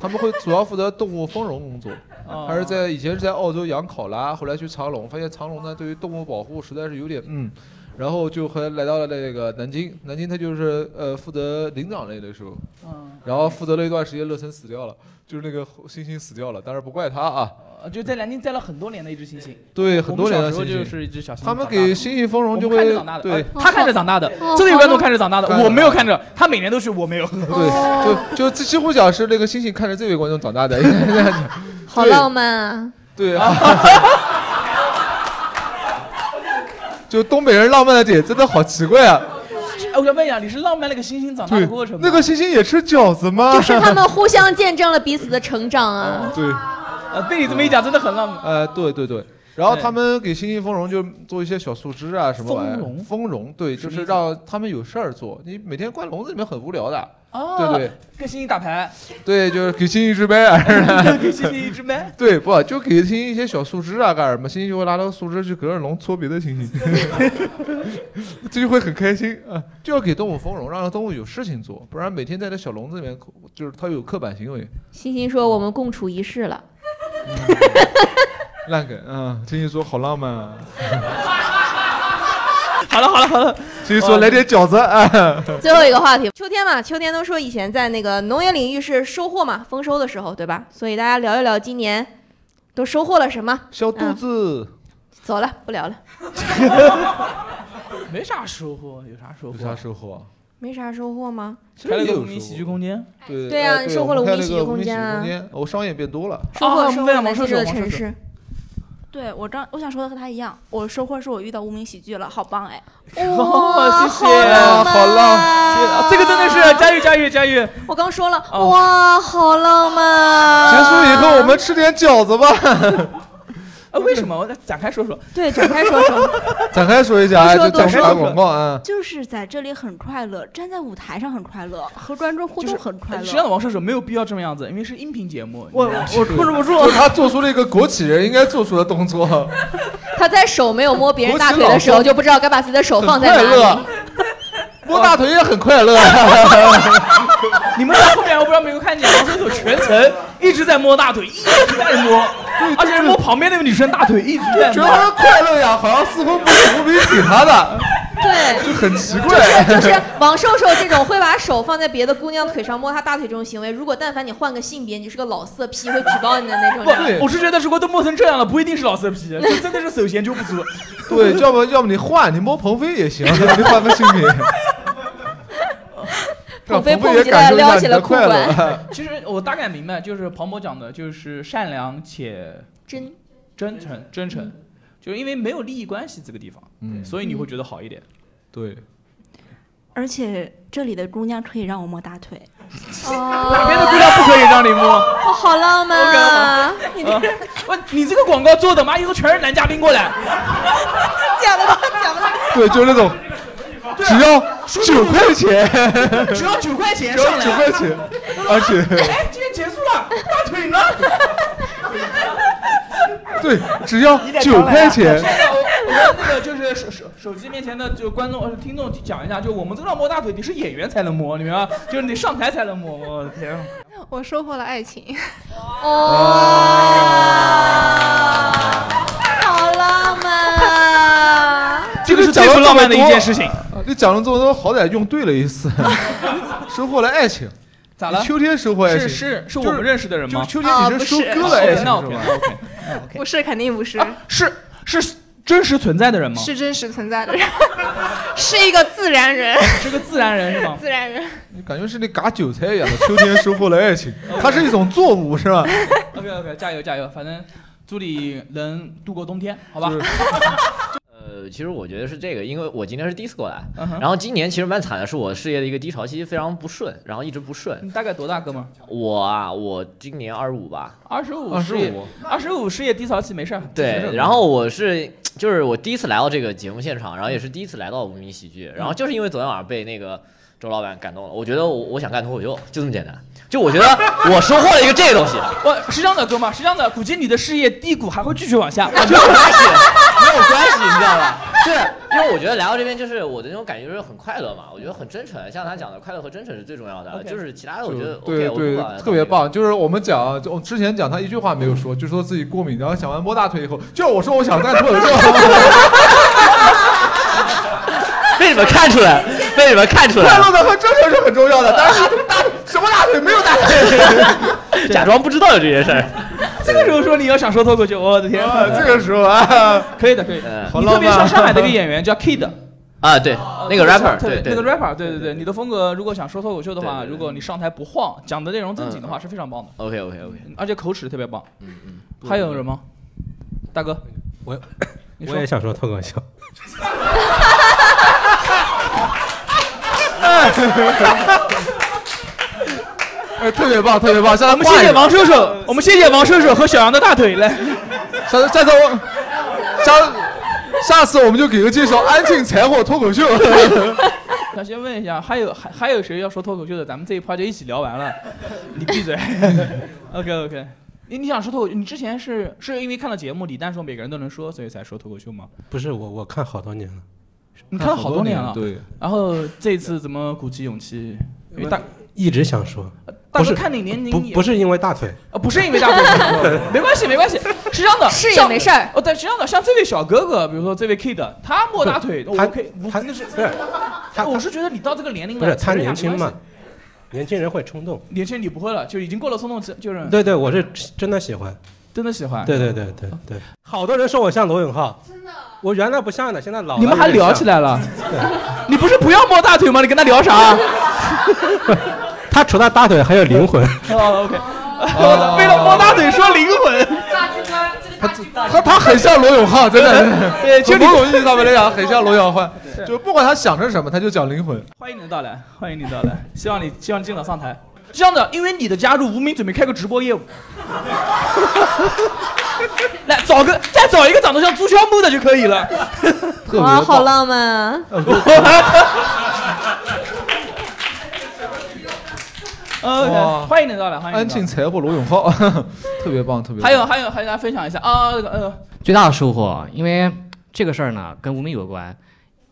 他们会主要负责动物丰容工作。哦他是在以前是在澳洲养考拉，后来去长隆，发现长隆呢对于动物保护实在是有点嗯，然后就和来到了那个南京，南京他就是呃负责灵长类的时候，嗯，然后负责了一段时间，乐森死掉了，就是那个猩猩死掉了，但是不怪他啊，呃就在南京待了很多年的一只猩猩。对，很多年的我们小猩时候猩就是一只小猩猩他长们大给的猩猩丰容就我们看着会长大的，对呃，他看着长大的，这位观哦众看着长大的，我没有看着，他每年都去，我没有。啊对，就就这几乎讲是那个猩猩看着这位观众长大的， [LAUGHS] 应该是这样讲好浪漫啊！对啊。就东北人浪漫的点真的好奇怪啊！哎，我想问一下，你是浪漫那个猩猩长大的过程吗？那个猩猩也吃饺子吗？ [LAUGHS] 就是他们互相见证了彼此的成长 [LAUGHS] 啊。 [LAUGHS] 对，呃，被你这么一讲，真的很浪漫。呃，对对对。然后他们给猩猩丰容就做一些小树枝啊什么玩意儿，丰丰容，对，就是让他们有事儿做。你每天关笼子里面很无聊的，哦，对对，跟猩猩打牌，对，就是给猩猩一支麦，[LAUGHS] 还给是猩猩一支麦。 [LAUGHS] 对，不就给猩猩一些小树枝啊，干什么？猩猩就会拿那个树枝去隔着笼戳别的 [LAUGHS] 猩猩，这就会很开心啊。就要给动物丰容，让动物有事情做，不然每天在那小笼子里面，就是它有刻板行为。欣欣说我们共处一室了，烂梗啊！星星说好浪漫啊！好了好了好了，星星说来点饺子啊！最后一个话题，秋天嘛，秋天都说以前在那个农业领域是收获嘛，丰收的时候，对吧？所以大家聊一聊今年都收获了什么？小肚子，走了，不聊了，没啥收获，有啥收获？有啥收获？没啥收获吗？开了也个有无名收喜获剧空间。对对啊呃收获了我们无名开喜个剧无空名喜间啊空间，我商业变多了。收获啊收获我们为了王南硕京士这个王城硕士市。对我刚我想说的和他一样，我收获是我遇到无名喜剧了，好棒哎！哦，谢啊哎谢，好浪，这个真的是佳玉佳玉佳玉。我刚说了，哇，好浪漫。结束以后，我们吃点饺 [LAUGHS] 子吧。呃，为什么？我再展开说说。对，展开说 [LAUGHS] 说。展开说一啊下，多哎说就多讲不打说广告啊。就是在这里很快乐，站在舞台上很快乐，和观众互动很快乐。实际上，王射手没有必要这么样子，因为是音频节目。我我控制不住 [LAUGHS] 就。他做出了一个国企人应该做出的动作，他在手没有摸别人大腿的时候，就不知道该把自己的手放在哪很快乐里。摸大腿也很快乐。你们在后面，我不知道没有看见，王松手全程一直在摸大腿，一直在摸，而且是摸旁边那个女生大腿，一直在摸。觉得快乐呀，好像似乎不是无比给他的， [LAUGHS] 对，就很奇就怪。是就是王瘦瘦这种会把手放在别的姑娘腿上摸她大腿这种行为，如果但凡你换个性别，你是个老色批，会举报你的那种人。不，我 [LAUGHS] 是觉得如果都摸成这样了，不一定是老色批，就真的是手闲就不足。对，要不 [LAUGHS] 要不你换，你摸鹏飞也行，你换个性 [LAUGHS] 别。让鹏飞鹏迫不飞也及感待受一下撩你起了的裤快乐。啊管。 [LAUGHS] 其实我大概明白，就是庞博讲的，就是善良且真嗯真诚、真诚，就是因为没有利益关系这个地方，嗯所以你会觉得好一点。对，而且这里的姑娘可以让我摸大腿，哪边的姑娘不可以让你摸？我哦好浪漫啊！你这， [LAUGHS] 我你这个广告做的妈，以后全是男嘉宾过来。讲的讲的对，就是那种，只要九块钱，只要九块钱只上要来，九块钱，而且哎，今天结束了，大腿呢？ [LAUGHS] 对，只要你得九常来块啊 [LAUGHS] 钱现，在我我跟那个就是手手手机面前的就观众呃听众讲一下，就我们这道摸大腿，你是演员才能摸，你明白吗？就是你得上台才能摸。我的天啊！我收获了爱情。好浪漫啊！这个是讲了最不浪漫 [LAUGHS] 这么的多啊一件事情。你讲了这么多，好歹用对了一 [LAUGHS] 次，收获了爱情。咋了秋天收获爱情是是是我们认识的人吗？哦就秋天你是收割了爱情那我是骗吧了我骗了不是，肯定不是，是哦是真实存在的人吗？是真实存 [LAUGHS] 在的人，是一个自然人，哦是个自然人 [LAUGHS] [LAUGHS] 是吗？自然人。感觉是那嘎韭菜一样的，秋天收获了 [LAUGHS] 爱情，哦它是一种作物是吧？哎 OK OK，加油加油，反正祝你能度过冬天，好吧？呃，其实我觉得是这个，因为我今年是第一次过来嗯哼，然后今年其实蛮惨的，是我事业的一个低潮期，非常不顺，然后一直不顺。你大概多大，哥们儿？我啊，我今年二十五吧， [LAUGHS] 二十五， 25事业，二十五事业低潮期没事儿。没事对儿，然后我是就是我第一次来到这个节目现场，然后也是第一次来到无名喜剧，嗯然后就是因为昨天晚上被那个周老板感动了，我觉得我我想干脱口秀，就这么简单。就我觉得我收获了一个这个东西， [LAUGHS] [LAUGHS] 我是这样的，哥们儿，是这样的，估计你的事业低谷还会继续往下。 [LAUGHS] 没有关系，没有关系，你知道吧？就是因为我觉得来到这边，就是我的那种感觉就是很快乐嘛，我觉得很真诚，像他讲的，快乐和真诚是最重要的，就是其他的我觉得 OK，对我不对管，了嗯特别棒。就是我们讲，就我之前讲他一句话没有说，就说自己过敏，然后讲完摸大腿以后，就是我说我想干 [LAUGHS] 脱口秀，被你们看出来， [LAUGHS] 被你们看出来快，乐的和真诚是很重要 [LAUGHS] 的，但是大大什么大腿没有大腿，啊假装不知道有这件事儿。这个时候说你要想说脱口秀，我的天啊，这个时候啊，可以的，可以的。好你浪特别像漫上海那个演员叫 Kid，啊，对，哦呃那个 rapper，特别对对那个 rapper，对对对，你的风格如果想说脱口秀的话，如果你上台不晃，讲的内容正经的话是非常棒的， ，OK OK OK，而且口齿特别棒。嗯嗯还有人吗？大哥，我你我也 [LAUGHS] 想说脱口秀。哎，特别棒，特别棒。下次我们谢谢王叔叔，我们谢谢王叔叔和小杨的大腿来。下次下次我下下次我们就给个介绍，安静柴火脱口秀。 [LAUGHS] 想先问一下，还有还还有谁要说脱口秀的？咱们这一趴就一起聊完了。你闭嘴。OK OK。你你想说脱口秀？你之前是是因为看了节目李诞说每个人都能说，所以才说脱口秀吗？不是我，我看好多年了。你看了好多年了。啊对。然后这次怎么鼓起勇气？因为大一直想说，不大哥是看你年龄不也不是因为大腿，啊，不是因为大腿，没关系，没关系，是这样的，是也像没事儿哦，对，是这样的，像这位小哥哥，比如说这位 kid，他摸大腿，我可以，他那是不是，我是觉得你到这个年龄了，不是他其实也年没轻关嘛，年轻人会冲动。系，年轻你不会了，就已经过了冲动期，就是对对，我是真的喜欢，真嗯的喜欢，对对对对对，好多人说我像罗永浩，真的，我原来不像的，现在老了你们还有点聊像起来了， [LAUGHS] 对，你不是不要摸大腿吗？你跟他聊啥？他除了大腿还有灵魂，哦，OK，为 [LAUGHS] 了摸大腿说灵魂，他他很像罗永浩，[LAUGHS] 真的。对就你某种意义上面来讲，很像罗永浩，就不管他想成什么，他就讲灵魂。欢迎你的到来，欢迎你的到来，希望你希望你尽早上台。这样的，因为你的加入，无名准备开个直播业务。 [LAUGHS] 来找个，再找一个长得像朱孝木的就可以了。特哇，好浪漫啊！哇 [LAUGHS] 哦呃，欢迎你的到来，欢迎你安的到来。庆柴火罗 [LAUGHS] 永浩，特别棒，特别棒。还有还有还有，大家分享一下啊，呃，最大的收获，因为这个事儿呢跟无名有关，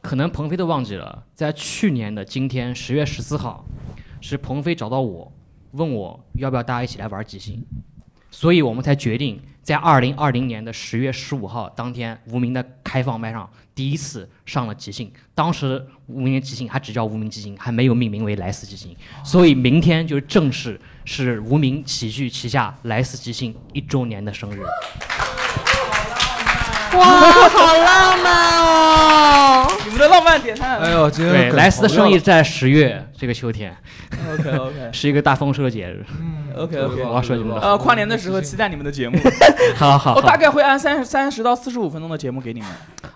可能鹏飞都忘记了，在去年的今天十月十四号，是鹏飞找到我，问我要不要大家一起来玩即兴，所以我们才决定在二零二零年的十月十五号当天，无名的开放麦上第一次上了即兴。当时无名的即兴还只叫无名即兴，还没有命名为莱斯即兴，所以明天就正式是无名喜剧旗下莱斯即兴一周年的生日。哇，好浪漫哦！你们的浪漫点赞。哎呦今天对，梗莱斯的跑掉生意了在十月这个秋天 OK，OK [LAUGHS] 嗯是一个大丰收的节日。 OK 我啊要说你 OK，们的呃，跨年的时候期待你们的节目。 [LAUGHS] 好好好我大概会按三三十到四十五分钟的节目给你们。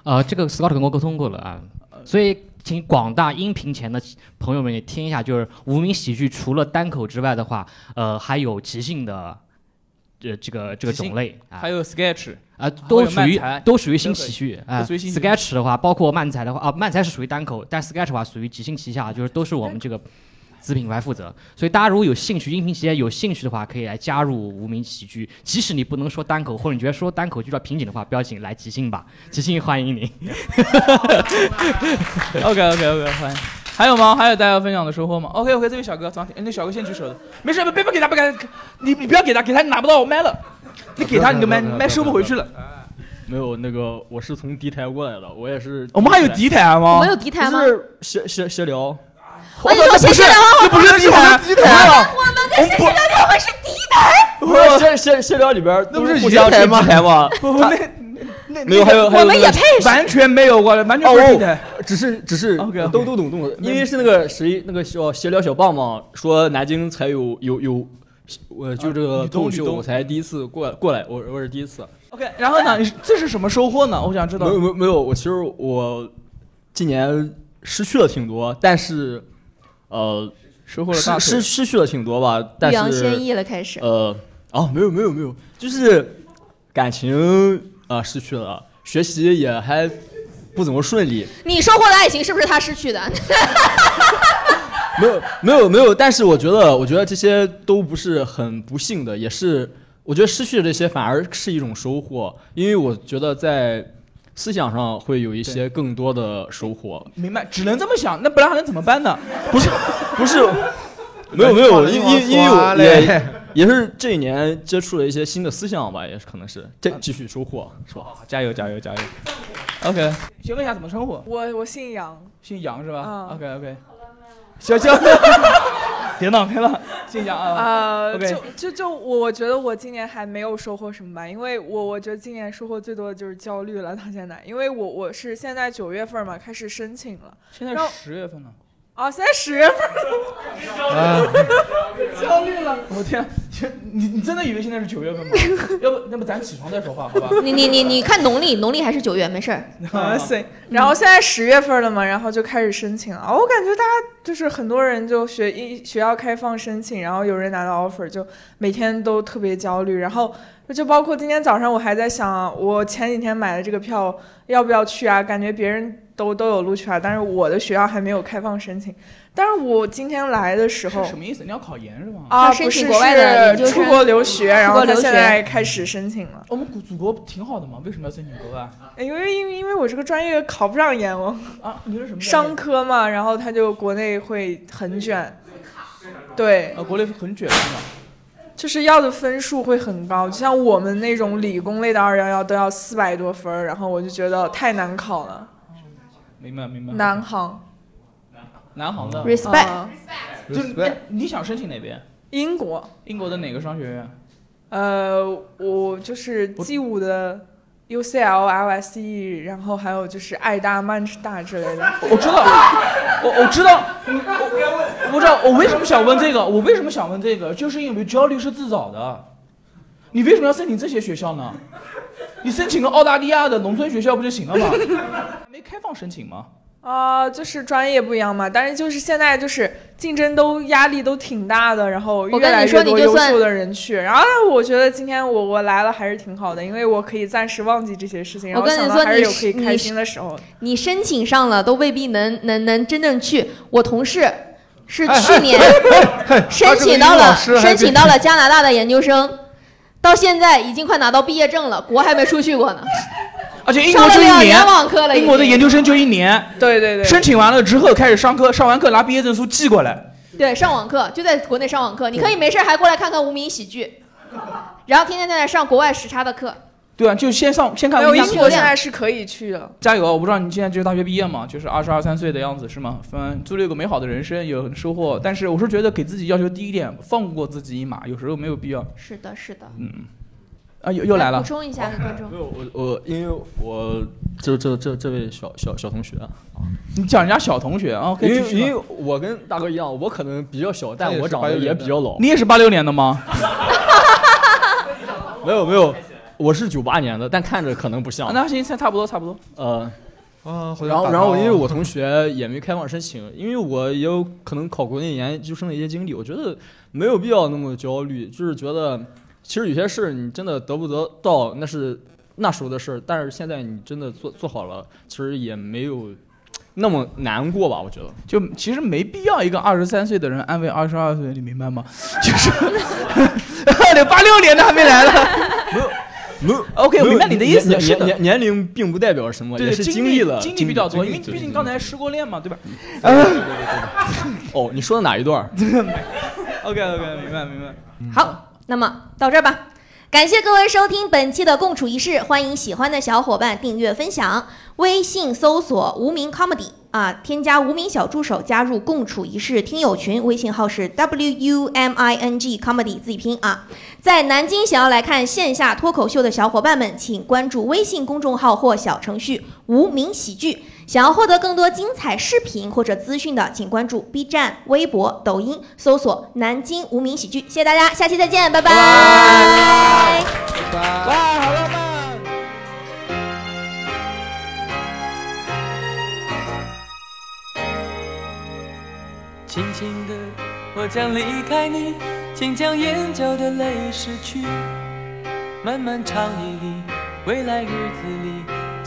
呃，这个 Scott 跟我沟通过了啊，呃所以请广大音频前的朋友们也听一下，就是无名喜剧除了单口之外的话，呃，还有即兴的，呃，这个这个种类啊，还有 sketch 啊，还都有属漫于才都属于新可以喜剧都啊。属于新喜剧 sketch 的话，包括漫才的话啊，漫才是属于单口，但 sketch 的话属于即兴旗下，就是都是我们这个子品牌负责。所以大家如果有兴趣，音频企业有兴趣的话，可以来加入无名喜剧。即使你不能说单口，或者你觉得说单口遇到瓶颈的话，不要紧，来即兴吧，即兴欢迎你。 [LAUGHS] OK OK OK，欢迎。还有吗？还有大家要分享的收获吗？OK OK，这位小哥，昨天那小哥先举手的，没事，别别给他，不给他，你你不要给他，给他你拿不到我麦了，你给他你的麦麦收不回去了。没有那个，我是从敌台过来的，我也是。我们还有敌台吗我没们有敌台吗就是协协协聊。哎你怎么不协是协聊啊哦这不是敌台，我们是敌台啊我们跟协协聊怎么是敌台？不是协协协聊里边那不是互相台是敌台吗？不不，那那没有还有还有那个完全没有过来，完全不是哦敌台。，只是只是都都懂懂的，因为是那个谁那个小闲聊小棒棒说南京才有有有，啊我就这个吕东脱口吕秀东我才第一次过来过来，我我是第一次。 OK，然后呢？你是这是什么收获呢？我想知道。没有没有没有，我其实我今年失去了挺多，但是呃，收了大失腿失失去了挺多吧，但欲是扬先抑了开始呃，哦，没有没有没有，就是感情啊、呃失去了，学习也还不怎么顺利，你收获的爱情是不是他失 [LAUGHS] 去的？没有没有没有，但是我觉得，我觉得这些都不是很不幸的，也是我觉得失去的这些反而是一种收获，因为我觉得在思想上会有一些更多的收获。明白，只能这么想，那不然还能怎么办呢？不是，不是，没有没有，因因因为我也也是这一年接触了一些新的思想吧，也是可能是这继续收获是吧？加油加油加油！OK，请问一下怎么称呼？我我姓杨，姓杨是吧嗯？OK OK，小江， [LAUGHS] 别闹别闹，姓杨啊。呃 OK 就就就我我觉得我今年还没有收获什么吧，因为我我觉得今年收获最多的就是焦虑了，到现在，因为我我是现在九月份嘛开始申请了，现在然后十月份了，啊现在十月份啊了， [LAUGHS] 焦虑了，我天，你你真的以为现在是九月份 [LAUGHS] 吗？要不要不咱起床再说话好吧？你你你你 [LAUGHS] 看农历，农历还是九月，没事儿。啊 [LAUGHS] 行，然后现在十月份了嘛，然后就开始申请了。哦我感觉大家就是很多人就学一学校开放申请，然后有人拿到 offer，就每天都特别焦虑。然后就包括今天早上我还在想，我前几天买的这个票要不要去啊？感觉别人都都有录取啊，但是我的学校还没有开放申请。但是我今天来的时候，什么意思？你要考研是吗？啊，申不请是国外的研究是生出国留学，然出国后他留现学在开始申请了。我们祖祖国挺好的嘛，为什么要申请国外？哎因为因为因为我这个专业考不上研我啊，你是什么？商科嘛，然后他就国内会很卷，对，呃，国内很卷是吧？就是要的分数会很高，就像我们那种理工类的二幺幺都要四百多分儿，然后我就觉得太难考了，明白明白。南航南航的 Respect 啊就是哎 Respect 你想申请哪边？英国，英国的哪个商学院？呃，我就是 G 五的 UCL、LSE，然 E，后还有就是爱大、曼师大之类的，我知道，我我知道，我知道，我为什么想问这个？我为什么想问这个？就是因为焦虑是自找的。你为什么要申请这些学校呢？你申请个澳大利亚的农村学校不就行了吗？还没开放申请吗？啊、就是专业不一样嘛，但是就是现在就是竞争都压力都挺大的，然后我跟越来你说越多你就优算秀的人去，然后我觉得今天我我来了还是挺好的，因为我可以暂时忘记这些事情，然我后跟你想到说，还你是有可以是开心的时候。你是你申请上了，都未必能能能真正去。我同事是哎去年哎 [LAUGHS] 申请到了申请到了加拿大的研究生，到现在已经快拿到毕业证了，国还没出去过呢。而且英国就一上了年两网课了已，经英国的研究生就一年，对对对，申请完了之后开始上课，上完课拿毕业证书寄过来。对，上网课就在国内上网课，你可以没事儿还过来看看无名喜剧，然后天天在那上国外时差的课。对啊，就先上先看没有文化英国现在是可以去的。加油！我不知道你现在就是大学毕业嘛，就是二十二三岁的样子是吗？嗯，祝有个美好的人生，有收获。但是我是觉得给自己要求低一点，放过自己一马，有时候没有必要。是的，是的。嗯，啊，又又来了补。充一下给观众。我因为我这这这这位小小小同学啊，你讲人家小同学啊，可因以继为续吧因为我跟大哥一样，我可能比较小，但也我是长得86也年比较老。你也是八六年的吗？没有没有，啊我是九八年的，但看着可能不像。啊那行，差差不多差不多。呃，啊，然后然后因为我同学也没开放申请，因为我也有可能考国内研究生的一些经历，我觉得没有必要那么焦虑，就是觉得其实有些事儿你真的得不得到那是那时候的事儿，但是现在你真的做做好了，其实也没有那么难过吧，我觉得。就其实没必要一个二十三岁的人安慰二十二岁，你明白吗？就是八六年的还没来呢。没有 OK，我明白你的意思年是的年年年龄并不代表什么，对也是对，经历了经历比较多，因为经毕历竟刚才失过恋嘛，对吧？嗯 [LAUGHS] [LAUGHS] 哦，你说的哪一段儿？ OK OK，明白明白。好，那么到这儿吧。感谢各位收听本期的共处一室，欢迎喜欢的小伙伴订阅分享，微信搜索“无名 comedy” 啊，添加无名小助手加入共处一室听友群，微信号是 w u m i n g comedy 自己拼啊。在南京想要来看线下脱口秀的小伙伴们，请关注微信公众号或小程序“无名喜剧”。想要获得更多精彩视频或者资讯的，请关注 B 站、微博、抖音，搜索“南京无名喜剧”。谢谢大家，下期再见，拜 [LAUGHS] 拜哇，好浪漫。啊轻轻的，我将离开你，请将眼角的泪拭去。漫漫长夜里，未来日子里，